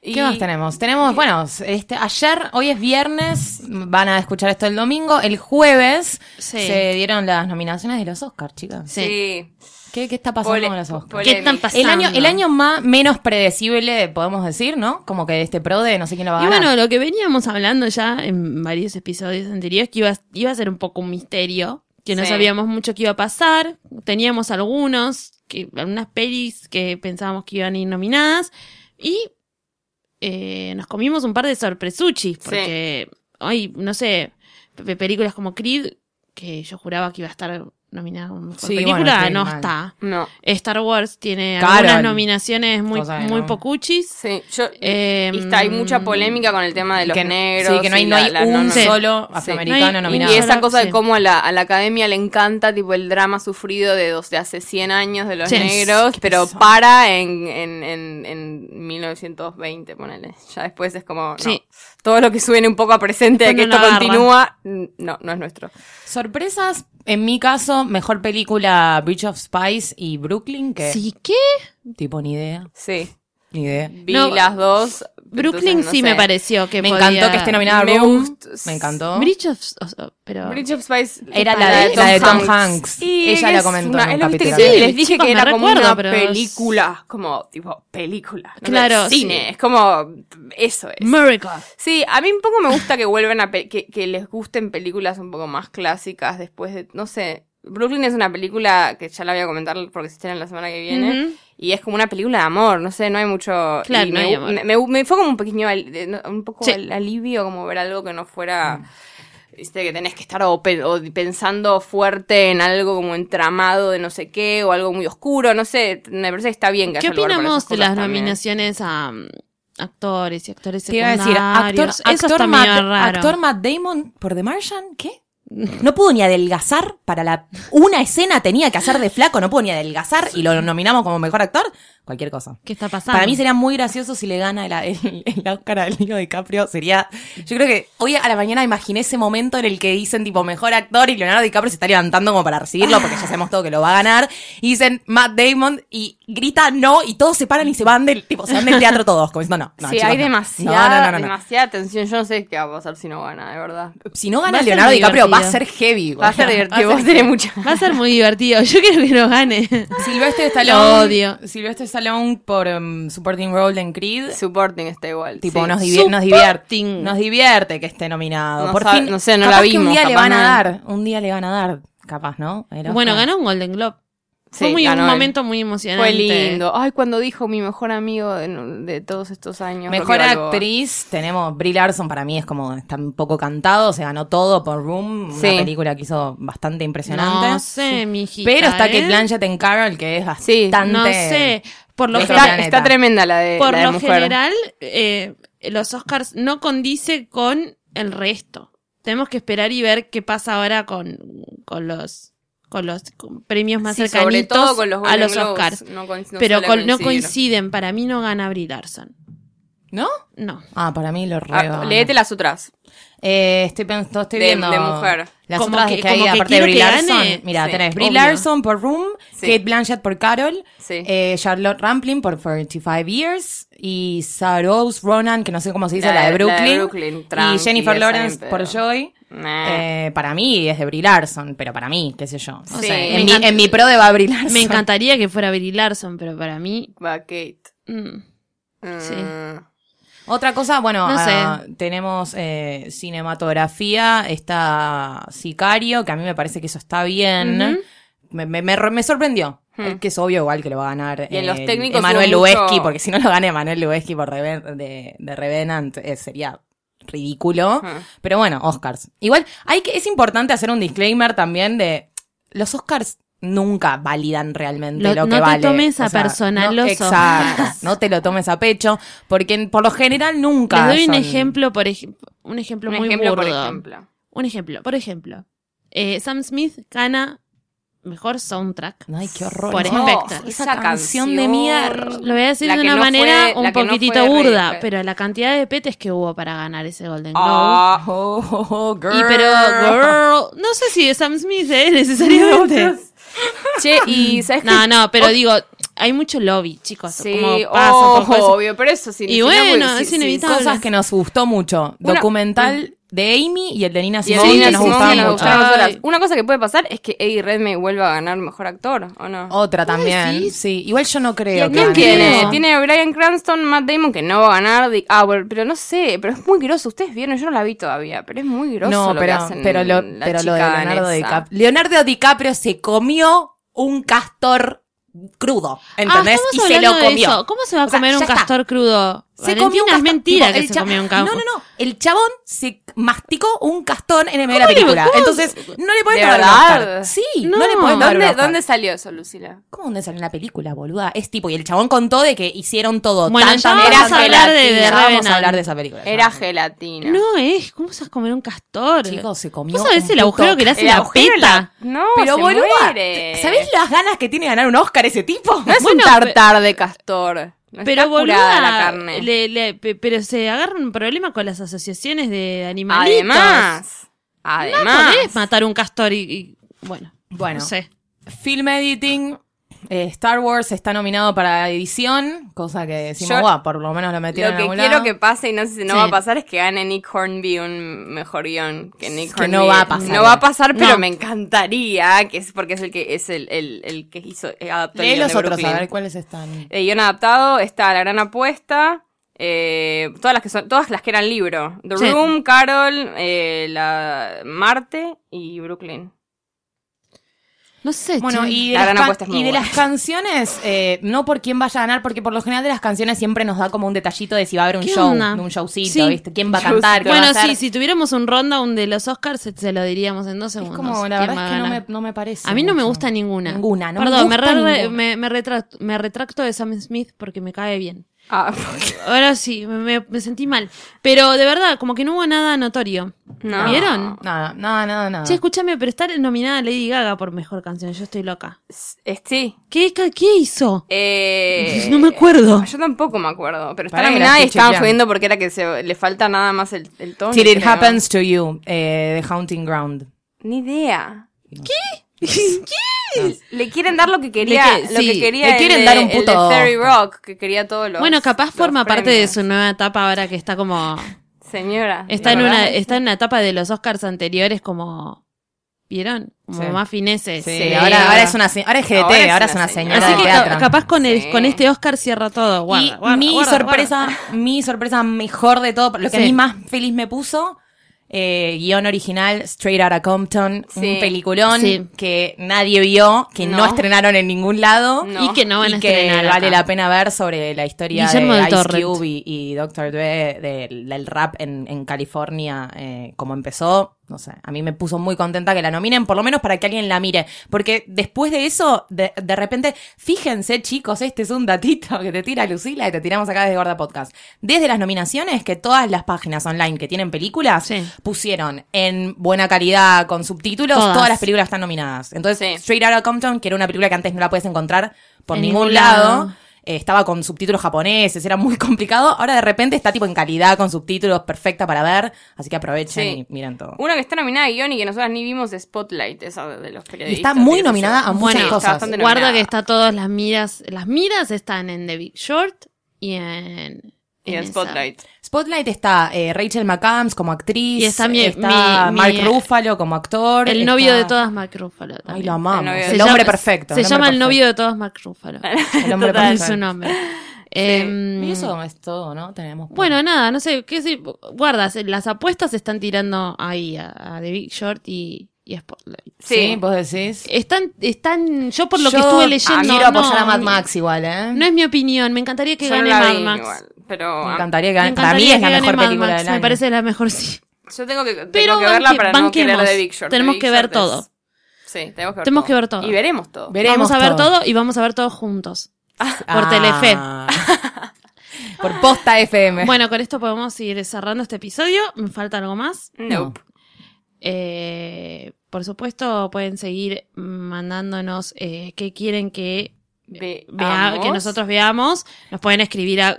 Speaker 7: ¿Qué
Speaker 6: Y-
Speaker 7: más tenemos? Tenemos, bueno, este, ayer, hoy es viernes, van a escuchar esto el domingo, el jueves
Speaker 5: Sí.
Speaker 7: se dieron las nominaciones de los Oscars, chicas.
Speaker 5: Sí.
Speaker 6: Sí.
Speaker 7: ¿Qué, qué está pasando
Speaker 6: Pole-
Speaker 7: con los Oscars?
Speaker 6: polémica.
Speaker 5: ¿Qué están pasando?
Speaker 7: El año, el año más menos predecible, podemos decir, ¿no? Como que este pro de no sé quién lo va a
Speaker 5: Y
Speaker 7: ganar.
Speaker 5: bueno, lo que veníamos hablando ya en varios episodios anteriores, que iba, iba a ser un poco un misterio, que no
Speaker 6: Sí.
Speaker 5: sabíamos mucho qué iba a pasar, teníamos algunos, que, algunas pelis que pensábamos que iban a ir nominadas, y eh, nos comimos un par de sorpresuchis, porque hoy, no sé, pe- películas como Creed, que yo juraba que iba a estar nominada como mejor
Speaker 7: Sí, bueno,
Speaker 5: película,
Speaker 7: Creed,
Speaker 5: no
Speaker 7: mal.
Speaker 5: está.
Speaker 6: No.
Speaker 5: Star Wars tiene
Speaker 7: Carol.
Speaker 5: algunas nominaciones muy,
Speaker 7: Cosa que
Speaker 5: muy
Speaker 7: no.
Speaker 5: pocuchis.
Speaker 6: Sí, yo.
Speaker 5: Eh,
Speaker 6: y está, hay mucha polémica con el tema de los
Speaker 7: Em, que,
Speaker 6: negros.
Speaker 7: Sí, que no hay,
Speaker 6: y
Speaker 7: no
Speaker 6: la-
Speaker 7: hay
Speaker 6: la-
Speaker 7: un
Speaker 6: no, no,
Speaker 5: Sí.
Speaker 7: solo
Speaker 6: Sí.
Speaker 7: afroamericano
Speaker 5: No hay-
Speaker 7: nominado.
Speaker 6: Y esa
Speaker 5: Solo-
Speaker 6: cosa de
Speaker 5: sí.
Speaker 6: cómo a la, a la academia le encanta tipo el drama sufrido de, dos- de hace 100 años de los
Speaker 5: Sí.
Speaker 6: negros,
Speaker 7: Qué
Speaker 6: pero
Speaker 7: pesado.
Speaker 6: para en, en, en, en 1920, ponele. Ya después es como, no.
Speaker 5: Sí.
Speaker 6: todo lo que suene un poco a presente de que
Speaker 5: Cuando
Speaker 6: esto
Speaker 5: lo agarran.
Speaker 6: continúa, n- no, no es nuestro.
Speaker 7: Sorpresas, en mi caso, mejor película Bridge of Spice y Brooklyn, que
Speaker 5: Sí, ¿qué?
Speaker 7: tipo ni idea.
Speaker 6: Sí.
Speaker 7: Ni idea.
Speaker 6: Vi
Speaker 5: No,
Speaker 6: las dos.
Speaker 5: Brooklyn
Speaker 6: entonces no
Speaker 5: sí me
Speaker 6: sé.
Speaker 5: pareció que
Speaker 7: me
Speaker 5: podía-
Speaker 7: encantó que esté nominada
Speaker 6: Me
Speaker 7: Room.
Speaker 6: gustó.
Speaker 7: Me encantó.
Speaker 5: Bridge of, o- o- pero
Speaker 6: Bridge of Spice
Speaker 7: Era la de- la de Tom Hanks. Ella
Speaker 6: él
Speaker 7: la
Speaker 6: es
Speaker 7: comentó en un
Speaker 6: él, viste que
Speaker 7: capítulo.
Speaker 6: te-
Speaker 5: Sí,
Speaker 6: les dije
Speaker 5: chicos,
Speaker 6: que
Speaker 5: me
Speaker 6: era como
Speaker 5: recuerdo,
Speaker 6: una
Speaker 5: pero es-
Speaker 6: película, como tipo película. no
Speaker 5: Claro,
Speaker 6: es
Speaker 5: sí.
Speaker 6: cine, es como eso es.
Speaker 5: America.
Speaker 6: Sí, a mí un poco me gusta que vuelvan a pe- que, que les gusten películas un poco más clásicas después de, no sé, Brooklyn es una película que ya la voy a comentar porque se estrena la semana que viene
Speaker 5: Ujú.
Speaker 6: y es como una película de amor, no sé, no hay mucho
Speaker 5: Claro,
Speaker 6: y
Speaker 5: no
Speaker 6: me,
Speaker 5: hay amor.
Speaker 6: me- me- me fue como un pequeño al- de- no, un poco
Speaker 5: Sí.
Speaker 6: al- alivio como ver algo que no fuera Viste que tenés que estar o, pe- o pensando fuerte en algo como entramado de no sé qué o algo muy oscuro, no sé, me parece que está bien que
Speaker 5: ¿Qué
Speaker 6: haya lugar para
Speaker 5: opinamos
Speaker 6: esas
Speaker 5: de
Speaker 6: cosas
Speaker 5: las
Speaker 6: también.
Speaker 5: nominaciones a mm, actores y actores
Speaker 7: Te iba a
Speaker 5: secundarios?
Speaker 7: decir, actor,
Speaker 5: Eso
Speaker 7: actor,
Speaker 5: está
Speaker 7: Matt,
Speaker 5: medio raro.
Speaker 7: actor Matt Damon por The Martian, ¿qué? No pudo ni adelgazar para la una escena, tenía que hacer de flaco, no pudo ni adelgazar y lo nominamos como mejor actor. Cualquier cosa.
Speaker 5: ¿Qué está pasando?
Speaker 7: Para mí sería muy gracioso si le gana la- el, el Oscar al Leo DiCaprio. Sería. Yo creo que hoy a la mañana imaginé ese momento en el que dicen, tipo, mejor actor y Leonardo DiCaprio se está levantando como para recibirlo porque ya sabemos todo que lo va a ganar. Y dicen Matt Damon y grita no y todos se paran y se van del, tipo, se van del teatro todos. Como diciendo, no, no.
Speaker 6: sí,
Speaker 7: chicos,
Speaker 6: hay
Speaker 7: no. No,
Speaker 6: demasiada,
Speaker 7: no, no, no, no.
Speaker 6: demasiada tensión. Yo no sé qué va a pasar si no gana, de verdad.
Speaker 7: Si no
Speaker 5: Va
Speaker 7: gana
Speaker 5: a ser
Speaker 7: Leonardo
Speaker 5: muy
Speaker 7: DiCaprio, va a
Speaker 5: divertido.
Speaker 7: ser heavy.
Speaker 6: Va a ser
Speaker 7: boludo.
Speaker 6: divertido, vos tenés mucha.
Speaker 5: Va a ser muy divertido. Yo quiero que no gane.
Speaker 7: Silvestre
Speaker 5: Lo
Speaker 7: Stallone.
Speaker 5: odio.
Speaker 7: Silvestre Stallone por um, Supporting Role en Creed.
Speaker 6: Supporting está igual.
Speaker 7: Tipo,
Speaker 6: sí.
Speaker 7: nos, divier- nos
Speaker 5: Supporting.
Speaker 7: divierte. Nos divierte que esté nominado.
Speaker 6: No
Speaker 7: Por
Speaker 6: sabe-
Speaker 7: fin.
Speaker 6: no sé, no
Speaker 7: capaz
Speaker 6: la
Speaker 7: que un
Speaker 6: vimos,
Speaker 7: día le
Speaker 6: capaz
Speaker 7: van a
Speaker 6: no.
Speaker 7: dar. Un día le van a dar. Capaz, ¿no? El
Speaker 5: Bueno,
Speaker 7: Oscar.
Speaker 5: ganó un Golden Globe.
Speaker 6: Sí,
Speaker 5: Fue muy, un
Speaker 6: ganó él.
Speaker 5: momento muy emocionante.
Speaker 6: Fue lindo. Ay, cuando dijo mi mejor amigo de, de todos estos años.
Speaker 7: Mejor
Speaker 6: Rocky Balboa.
Speaker 7: actriz, tenemos Brie Larson, para mí es como, está un poco cantado, se ganó todo por Room,
Speaker 6: Sí.
Speaker 7: una película que hizo bastante impresionante.
Speaker 5: No sé, mijita.
Speaker 7: Pero está
Speaker 5: ¿eh?
Speaker 7: que Blanchett en Carol, que es bastante...
Speaker 6: Sí,
Speaker 5: No sé. Por lo,
Speaker 7: Está-
Speaker 5: general-
Speaker 6: Está,
Speaker 7: planeta.
Speaker 6: está tremenda la de,
Speaker 5: por
Speaker 6: la de
Speaker 5: lo
Speaker 6: mujer.
Speaker 5: general, eh, los Oscars no condice con el resto. Tenemos que esperar y ver qué pasa ahora con, con los con los premios más
Speaker 6: Sí, sobre
Speaker 5: cercanitos
Speaker 6: todo con los
Speaker 5: a
Speaker 6: Golden
Speaker 5: los
Speaker 6: Globes,
Speaker 5: Oscars.
Speaker 6: no coinc- no
Speaker 5: pero
Speaker 6: suele
Speaker 5: con- no
Speaker 6: coincidir.
Speaker 5: coinciden. Para mí no gana Brie Larson.
Speaker 7: ¿No?
Speaker 5: No.
Speaker 7: Ah, para mí lo
Speaker 6: Ah,
Speaker 7: reo.
Speaker 6: léete las otras.
Speaker 7: Eh, estoy pensando, estoy
Speaker 6: De-
Speaker 7: viendo.
Speaker 6: de mujer.
Speaker 7: Las
Speaker 5: Como
Speaker 7: otras
Speaker 5: que-
Speaker 7: que, hay,
Speaker 5: como que
Speaker 7: aparte de
Speaker 5: quiero
Speaker 7: Brie
Speaker 5: que
Speaker 7: Larson.
Speaker 5: gane.
Speaker 7: Mira,
Speaker 6: Sí,
Speaker 7: tenés Brie
Speaker 5: obvio.
Speaker 7: Larson por Room,
Speaker 6: Sí.
Speaker 7: Kate Blanchett por Carol,
Speaker 6: Sí.
Speaker 7: eh, Charlotte Rampling por 45 Years y Saros Ronan, que no sé cómo se dice, la, de Brooklyn.
Speaker 6: Brooklyn, tranqui,
Speaker 7: y Jennifer
Speaker 6: esa
Speaker 7: Lawrence
Speaker 6: ni
Speaker 7: por
Speaker 6: pedo.
Speaker 7: Joy.
Speaker 6: Nah.
Speaker 7: Eh, para mí es de Brie Larson, pero para mí, qué sé yo. No
Speaker 6: Sí,
Speaker 7: sé,
Speaker 6: me
Speaker 7: en, mi,
Speaker 6: encanta.
Speaker 7: en mi pro de va Brie Larson.
Speaker 5: Me encantaría que fuera Brie Larson, pero para mí.
Speaker 6: Va, Kate.
Speaker 5: mm.
Speaker 6: Mm.
Speaker 5: Sí.
Speaker 7: Otra cosa, bueno,
Speaker 5: No
Speaker 7: ah, tenemos eh, cinematografía, está Sicario, que a mí me parece que eso está bien.
Speaker 5: Ujú. Hmm.
Speaker 7: me, me, me re- me sorprendió. Eh, Que es obvio igual que lo va a ganar
Speaker 6: Y en los
Speaker 7: el-
Speaker 6: técnicos
Speaker 7: Emanuel
Speaker 6: hubo mucho-
Speaker 7: Lubezki, porque si no lo gana Emanuel Lubezki por Reven- de, de Revenant eh, sería ridículo.
Speaker 5: Hmm.
Speaker 6: Ajá.
Speaker 7: Pero bueno, Oscars. Igual hay que, es importante hacer un disclaimer también de los Oscars nunca validan realmente
Speaker 5: Lo-
Speaker 7: lo,
Speaker 5: no
Speaker 7: que
Speaker 5: te
Speaker 7: vale.
Speaker 5: tomes a personal los
Speaker 7: Exacto,
Speaker 5: Oscars.
Speaker 7: no te lo tomes a pecho, porque en- por lo general nunca
Speaker 5: Les doy un
Speaker 7: son-
Speaker 5: ejemplo, por ej- un ejemplo
Speaker 6: mm. Un
Speaker 5: muy
Speaker 6: ejemplo, por
Speaker 5: burdo.
Speaker 6: ejemplo.
Speaker 5: Un ejemplo, por ejemplo. eh, Sam Smith gana mejor soundtrack.
Speaker 7: Ay, qué horror.
Speaker 5: Por
Speaker 7: No,
Speaker 5: Spectre.
Speaker 7: esa canción de mierda.
Speaker 5: Lo voy a decir
Speaker 6: La
Speaker 5: de
Speaker 6: que
Speaker 5: una
Speaker 6: no
Speaker 5: manera
Speaker 6: fue- la
Speaker 5: un
Speaker 6: que no
Speaker 5: poquitito
Speaker 6: fue
Speaker 5: burda,
Speaker 6: Rey.
Speaker 5: pero la cantidad de petes que hubo para ganar ese Golden Globe.
Speaker 6: Ah,
Speaker 7: Oh, oh, oh,
Speaker 5: Y pero,
Speaker 7: girl.
Speaker 5: girl, no sé si de Sam Smith, ¿eh? necesariamente.
Speaker 6: Che, y ¿sabes qué?
Speaker 5: No, no, pero digo, hay mucho lobby, chicos.
Speaker 6: Sí,
Speaker 5: como pasa por cosas.
Speaker 6: obvio, pero eso sí.
Speaker 5: Y
Speaker 6: si no, porque
Speaker 5: bueno,
Speaker 6: si-
Speaker 5: es
Speaker 6: si-
Speaker 5: inevitable.
Speaker 7: cosas que nos gustó mucho.
Speaker 6: Una-
Speaker 7: Documental de Amy y el de Nina
Speaker 6: si
Speaker 7: Simone
Speaker 6: Nina
Speaker 7: que nos
Speaker 6: Simone
Speaker 7: gustaban
Speaker 6: nos
Speaker 7: mucho.
Speaker 6: gustaron
Speaker 5: Ay.
Speaker 6: nosotras. Una cosa que puede pasar es que Eddie Redmayne vuelva a ganar mejor actor, ¿o no?
Speaker 7: Otra también.
Speaker 5: decís?
Speaker 7: Sí, igual yo no
Speaker 6: ¿Y
Speaker 7: creo
Speaker 6: a
Speaker 7: que
Speaker 6: quién
Speaker 7: gane
Speaker 6: tiene?
Speaker 7: eso.
Speaker 6: Tiene a Brian Cranston, Matt Damon, que no va a ganar. Dick Auer, pero no sé, pero es muy groso. Ustedes vieron, yo no la vi todavía, pero es muy groso lo
Speaker 7: No,
Speaker 6: que
Speaker 7: pero,
Speaker 6: hacen
Speaker 7: pero, lo,
Speaker 6: la
Speaker 7: pero lo de
Speaker 6: chica esa.
Speaker 7: Leonardo DiCaprio. Leonardo DiCaprio se comió un castor crudo, ¿entendés?
Speaker 5: Ah,
Speaker 7: y
Speaker 5: estamos
Speaker 7: se lo
Speaker 5: hablando de
Speaker 7: comió.
Speaker 5: eso. ¿Cómo se va a
Speaker 7: O sea,
Speaker 5: comer
Speaker 7: ya
Speaker 5: un
Speaker 7: está.
Speaker 5: castor crudo?
Speaker 7: Se
Speaker 5: Valentina,
Speaker 7: comió un
Speaker 5: es
Speaker 7: castor-
Speaker 5: mentira
Speaker 7: tipo,
Speaker 5: que
Speaker 7: el
Speaker 5: se
Speaker 7: cha-
Speaker 5: comió un castor.
Speaker 7: No, no, no. El chabón se masticó un castón en el medio de la
Speaker 5: ¿Cómo le-
Speaker 7: película.
Speaker 5: cómo-
Speaker 7: Entonces, no le pueden
Speaker 6: ¿De
Speaker 7: dar un
Speaker 6: verdad?
Speaker 7: Oscar. Sí, no,
Speaker 5: No.
Speaker 7: le pueden dar un
Speaker 6: ¿Dónde,
Speaker 7: Oscar.
Speaker 6: ¿Dónde salió eso, Lucila?
Speaker 7: ¿Cómo dónde salió la película, boluda? Es tipo, y el chabón contó de que hicieron todo.
Speaker 5: Bueno,
Speaker 7: tan,
Speaker 5: ya
Speaker 7: tan-
Speaker 5: vamos
Speaker 7: era
Speaker 5: a hablar de- de
Speaker 7: gelatina, Vamos
Speaker 5: Revenant.
Speaker 7: a hablar de esa película.
Speaker 6: Era
Speaker 7: gelatina.
Speaker 6: gelatina.
Speaker 5: No es, ¿cómo se va a comer un castor?
Speaker 7: Chicos, se comió
Speaker 5: ¿Vos sabés
Speaker 7: un
Speaker 5: el agujero
Speaker 7: puto-
Speaker 5: que le hace
Speaker 6: El
Speaker 5: la
Speaker 6: agujero en la-
Speaker 5: peta?
Speaker 6: No,
Speaker 7: Pero
Speaker 6: se
Speaker 7: boluda,
Speaker 6: muere.
Speaker 7: ¿sabés las ganas que tiene de ganar un Oscar ese tipo?
Speaker 6: No es
Speaker 5: Bueno,
Speaker 6: un tartar de castor. No
Speaker 5: Pero
Speaker 6: está
Speaker 5: boluda,
Speaker 6: curada la carne.
Speaker 5: le- le- pe- pero se agarra un problema con las asociaciones de animalitos.
Speaker 6: Además,
Speaker 5: no
Speaker 6: además,
Speaker 5: podés matar un castor y, y- bueno,
Speaker 7: Bueno,
Speaker 5: no sé.
Speaker 7: film editing. Eh, Star Wars está nominado para edición, cosa que decimos,
Speaker 6: Yo-
Speaker 7: guau, por lo menos lo metieron
Speaker 6: Lo
Speaker 7: en
Speaker 6: que
Speaker 7: algún
Speaker 6: quiero
Speaker 7: lado.
Speaker 6: que pase, y no sé si no
Speaker 7: Sí.
Speaker 6: va a pasar, es que gane Nick Hornby un mejor guión que Nick
Speaker 7: Que
Speaker 6: Hornby.
Speaker 7: no va a pasar.
Speaker 6: No va a pasar, pero
Speaker 7: No.
Speaker 6: me encantaría, que es porque es el que es el, el- el que hizo, eh, adaptó el
Speaker 7: Lee
Speaker 6: guión
Speaker 7: los
Speaker 6: de
Speaker 7: otros, a
Speaker 6: Brooklyn. Este,
Speaker 7: ver cuáles están.
Speaker 6: El guión adaptado está La Gran Apuesta, eh, todas las que son, todas las que eran libro. The
Speaker 7: Sí.
Speaker 6: Room, Carol, eh, la Marte y Brooklyn.
Speaker 5: No sé.
Speaker 7: Bueno,
Speaker 5: che.
Speaker 7: y de,
Speaker 6: La
Speaker 7: las,
Speaker 6: gran
Speaker 7: can-
Speaker 6: apuesta es muy
Speaker 7: y de
Speaker 6: buena.
Speaker 7: las canciones, eh, no por quién vaya a ganar, porque por lo general de las canciones siempre nos da como un detallito de si va a haber un
Speaker 5: ¿Qué
Speaker 7: show,
Speaker 5: onda?
Speaker 7: de un showcito,
Speaker 5: Sí.
Speaker 7: ¿viste? ¿Quién va a cantar? qué va a
Speaker 5: Bueno,
Speaker 7: hacer.
Speaker 5: sí, si tuviéramos un ronda un de los Oscars, se- se lo diríamos en dos
Speaker 7: Es
Speaker 5: segundos.
Speaker 7: como, la
Speaker 5: ¿Quién
Speaker 7: verdad
Speaker 5: va
Speaker 7: es
Speaker 5: a
Speaker 7: que no
Speaker 5: ganar?
Speaker 7: me, no me parece.
Speaker 5: A mí no me
Speaker 7: mucho.
Speaker 5: gusta ninguna.
Speaker 7: Ninguna, no me
Speaker 5: Perdón,
Speaker 7: gusta
Speaker 5: me, re-
Speaker 7: ninguna.
Speaker 5: me, me retracto, me retracto de Sam Smith porque me cae bien.
Speaker 6: Ah,
Speaker 5: Ahora sí, me- me, me sentí mal. Pero de verdad, como que no hubo nada notorio.
Speaker 6: No.
Speaker 5: ¿Vieron?
Speaker 7: Nada, nada, nada, nada.
Speaker 5: Che, escúchame, pero está nominada Lady Gaga por mejor canción. Yo estoy loca.
Speaker 6: es- sí.
Speaker 5: ¿Qué, ca- qué hizo?
Speaker 6: Eh,
Speaker 5: No me acuerdo.
Speaker 6: Yo tampoco me acuerdo, pero está
Speaker 7: Pará que la
Speaker 6: nominada y
Speaker 7: estoy
Speaker 6: estaban
Speaker 7: chequeando.
Speaker 6: subiendo porque era que se, le falta nada más el, el tono.
Speaker 7: Till It
Speaker 6: creo.
Speaker 7: Happens to You, eh, The Haunting Ground.
Speaker 6: Ni idea. ¿Qué? Le quieren dar lo que quería.
Speaker 5: Le que-
Speaker 6: lo
Speaker 5: sí,
Speaker 6: que quería
Speaker 7: le quieren
Speaker 6: el de-
Speaker 7: dar un
Speaker 6: el de
Speaker 7: puto-
Speaker 6: Thirty Rock, que quería todos los.
Speaker 5: bueno, capaz
Speaker 6: los
Speaker 5: forma parte de Eh.
Speaker 6: premios.
Speaker 5: su nueva etapa ahora que está como.
Speaker 6: Señora.
Speaker 5: Está,
Speaker 6: ¿de
Speaker 5: en
Speaker 6: verdad?
Speaker 5: una, está en una etapa de los Oscars anteriores como. ¿Vieron? Como
Speaker 7: Sí.
Speaker 5: más fineses.
Speaker 7: Sí, ahora, ahora es una se- ahora es GDT,
Speaker 6: Ahora
Speaker 7: ahora,
Speaker 6: es
Speaker 7: es
Speaker 6: una
Speaker 7: una
Speaker 6: señora.
Speaker 7: señora
Speaker 5: Así
Speaker 7: de
Speaker 5: que
Speaker 7: teatro.
Speaker 5: ca- capaz con, el,
Speaker 6: Sí.
Speaker 5: con este Oscar cierra todo. Guarda,
Speaker 7: y
Speaker 5: guarda,
Speaker 7: mi
Speaker 5: guarda,
Speaker 7: sorpresa,
Speaker 5: guarda.
Speaker 7: mi sorpresa mejor de todo, lo que
Speaker 5: Sí.
Speaker 7: a mí más feliz me puso, eh, guión original, Straight Outta Compton,
Speaker 6: Sí.
Speaker 7: un peliculón
Speaker 5: Sí.
Speaker 7: que nadie vio, que no.
Speaker 6: No.
Speaker 7: estrenaron en ningún lado.
Speaker 6: No.
Speaker 5: Y que no van a
Speaker 7: y que
Speaker 5: estrenar
Speaker 7: vale
Speaker 5: acá.
Speaker 7: la pena ver sobre la historia
Speaker 5: Guillermo
Speaker 7: de
Speaker 5: del
Speaker 7: Ice
Speaker 5: Torrent.
Speaker 7: Cube y, y Dr. Dre del, del rap en, en California, eh, como empezó. No sé, a mí me puso muy contenta que la nominen, por lo menos para que alguien la mire. Porque después de eso, de, de repente, fíjense chicos, este es un datito que te tira Lucila y te tiramos acá desde Gorda Podcast. Desde las nominaciones, que todas las páginas online que tienen películas
Speaker 5: Sí.
Speaker 7: pusieron en buena calidad, con subtítulos,
Speaker 5: Todas.
Speaker 7: todas, las películas están nominadas. Entonces,
Speaker 6: Sí.
Speaker 7: Straight Outta Compton, que era una película que antes no la puedes encontrar por
Speaker 5: En
Speaker 7: ningún
Speaker 5: ningún
Speaker 7: lado.
Speaker 5: lado.
Speaker 7: eh, estaba con subtítulos japoneses, era muy complicado. Ahora de repente está tipo en calidad, con subtítulos, perfecta para ver. Así que aprovechen
Speaker 6: Sí.
Speaker 7: y miren todo.
Speaker 6: Una que está nominada a guión y que nosotras ni vimos es Spotlight, esa de los periodistas.
Speaker 7: Y está muy
Speaker 6: qué sé
Speaker 7: nominada
Speaker 6: yo.
Speaker 7: a muchas
Speaker 6: Sí, está
Speaker 7: cosas.
Speaker 6: bastante
Speaker 5: Guarda
Speaker 6: nominada.
Speaker 5: que está todas las miras. Las miras están en The Big Short y en.
Speaker 6: Y en
Speaker 5: esa.
Speaker 6: Spotlight.
Speaker 7: Spotlight está eh, Rachel McAdams como actriz.
Speaker 5: Y está mi-
Speaker 7: está
Speaker 5: mi-
Speaker 7: Mark
Speaker 5: mi-
Speaker 7: Ruffalo como actor.
Speaker 5: El novio
Speaker 7: está-
Speaker 5: de todas Mark Ruffalo.
Speaker 7: Ay,
Speaker 5: también.
Speaker 7: lo amamos.
Speaker 6: novio de-
Speaker 7: El,
Speaker 6: Se
Speaker 7: hombre
Speaker 5: llama-
Speaker 7: perfecto.
Speaker 5: Se
Speaker 7: el
Speaker 5: llama
Speaker 7: hombre
Speaker 5: el novio de todos Mark Ruffalo.
Speaker 7: perfecto. El hombre
Speaker 6: Total.
Speaker 5: Es
Speaker 7: perfecto.
Speaker 5: su nombre. Em,
Speaker 7: Y eso es todo, ¿no? Tenemos.
Speaker 5: Bueno, nada, no sé, qué sé, guardas, las apuestas se están tirando ahí a, a The Big Short y, y a Spotlight.
Speaker 7: sí,
Speaker 6: Sí.
Speaker 7: vos decís.
Speaker 5: Están, están, yo Eh, por lo que
Speaker 7: Yo
Speaker 5: estuve leyendo.
Speaker 7: Quiero apoyar
Speaker 5: no,
Speaker 7: a Mad Max igual, ¿eh?
Speaker 5: No es mi opinión, me encantaría que
Speaker 6: Yo no
Speaker 5: gane
Speaker 6: la
Speaker 5: Mad
Speaker 6: vi
Speaker 5: Max.
Speaker 6: igual, pero
Speaker 7: Me
Speaker 6: ah,
Speaker 7: encantaría que
Speaker 5: Me
Speaker 7: gane. Para mí
Speaker 5: encantaría
Speaker 7: es la
Speaker 5: que gane
Speaker 7: mejor
Speaker 5: Mad
Speaker 7: película
Speaker 5: Max,
Speaker 7: del
Speaker 5: Me
Speaker 7: año.
Speaker 5: parece la mejor, sí.
Speaker 6: yo tengo que, tengo
Speaker 5: Pero
Speaker 6: que verla
Speaker 5: banque-
Speaker 6: para no
Speaker 5: banquemos.
Speaker 6: querer de Big Short. The
Speaker 5: Tenemos
Speaker 6: Big
Speaker 5: que ver
Speaker 6: Short
Speaker 5: todo.
Speaker 6: es- Sí, tenemos que ver
Speaker 5: Tenemos
Speaker 6: todo.
Speaker 5: que ver todo.
Speaker 6: Y veremos todo.
Speaker 7: Veremos
Speaker 5: vamos a ver
Speaker 7: todo.
Speaker 5: todo y vamos a ver todos juntos. Por
Speaker 7: Ah.
Speaker 5: Telefe.
Speaker 7: Por Posta FM.
Speaker 5: Bueno, con esto podemos ir cerrando este episodio. ¿Me falta algo más?
Speaker 6: Nope.
Speaker 5: Eh, por supuesto, pueden seguir mandándonos eh, qué quieren que,
Speaker 6: Ve-
Speaker 5: vea-
Speaker 6: veamos.
Speaker 5: que nosotros veamos. Nos pueden escribir a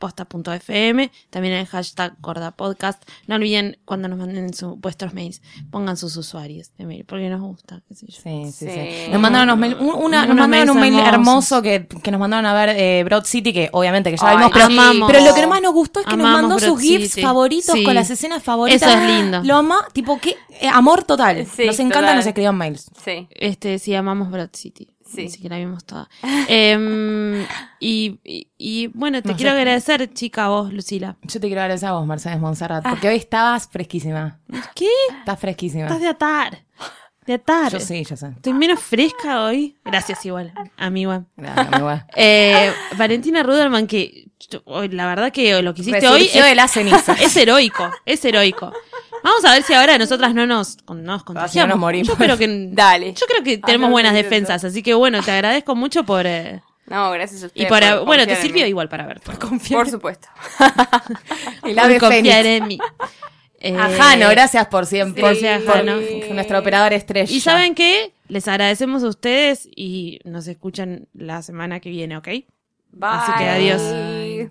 Speaker 5: gordapodcast.posta.fm, también en el hashtag gordapodcast. No olviden cuando nos manden su- vuestros mails, pongan sus usuarios de mail, porque nos gusta, qué sé yo.
Speaker 7: Sí, sí, sí,
Speaker 6: Sí.
Speaker 7: Nos mandaron, unos mail- un- una- nos
Speaker 5: Unos
Speaker 7: mandaron un
Speaker 5: mails
Speaker 7: mail hermoso
Speaker 5: hermosos.
Speaker 7: que, que nos mandaron a ver eh, Broad City, que obviamente que ya
Speaker 6: Ay,
Speaker 7: vimos, pero,
Speaker 5: amamos.
Speaker 7: pero lo que más nos gustó es que
Speaker 5: Amamos
Speaker 7: nos mandó
Speaker 5: Broad
Speaker 7: sus GIFs
Speaker 5: City.
Speaker 7: favoritos
Speaker 5: Sí.
Speaker 7: con las escenas favoritas.
Speaker 5: Eso es lindo.
Speaker 7: Lo ama, tipo, qué eh, amor total.
Speaker 6: Sí,
Speaker 7: nos encanta,
Speaker 6: total.
Speaker 7: nos escriban mails.
Speaker 6: Sí.
Speaker 5: Este, sí, amamos Broad City.
Speaker 6: Sí.
Speaker 5: Así que la vimos toda. Em, y, y- y, bueno, te
Speaker 7: No,
Speaker 5: quiero
Speaker 7: yo-
Speaker 5: agradecer, chica, a vos, Lucila.
Speaker 7: Yo te quiero agradecer a vos, Mercedes Monserrat,
Speaker 5: Ah.
Speaker 7: porque hoy estabas fresquísima.
Speaker 5: ¿Qué?
Speaker 7: Estás fresquísima.
Speaker 5: Estás de atar. De atar.
Speaker 7: Yo sí, yo sé.
Speaker 5: Estoy menos fresca hoy. Gracias, igual, amiga.
Speaker 7: Nada, mi guay.
Speaker 5: Eh, Valentina Ruderman, que yo- hoy, la verdad que lo que hiciste
Speaker 7: Resurgió
Speaker 5: hoy
Speaker 7: de las cenizas.
Speaker 5: es heroico, es heroico. Vamos a ver si ahora nosotras no nos, con- no nos contagiamos.
Speaker 7: si no nos morimos.
Speaker 5: Yo creo que,
Speaker 6: Dale.
Speaker 5: Yo creo que tenemos
Speaker 6: Hagamos
Speaker 5: buenas
Speaker 6: un
Speaker 5: defensas, así que bueno, te agradezco mucho por... eh,
Speaker 6: No, gracias a
Speaker 5: y
Speaker 6: ustedes.
Speaker 5: para,
Speaker 6: Eh, por
Speaker 5: bueno, te
Speaker 6: confiar en
Speaker 5: sirvió
Speaker 6: mí.
Speaker 5: igual para ver. Por
Speaker 6: Por supuesto.
Speaker 7: El ave
Speaker 5: confiar
Speaker 7: fénix.
Speaker 5: en mí. Eh,
Speaker 7: A Jano, gracias por siempre.
Speaker 5: Sí, Gracias,
Speaker 7: por
Speaker 5: Jano.
Speaker 7: Nuestro operador estrella.
Speaker 5: Y saben qué, les agradecemos a ustedes y nos escuchan la semana que viene, ¿ok?
Speaker 6: Bye.
Speaker 5: Así que adiós.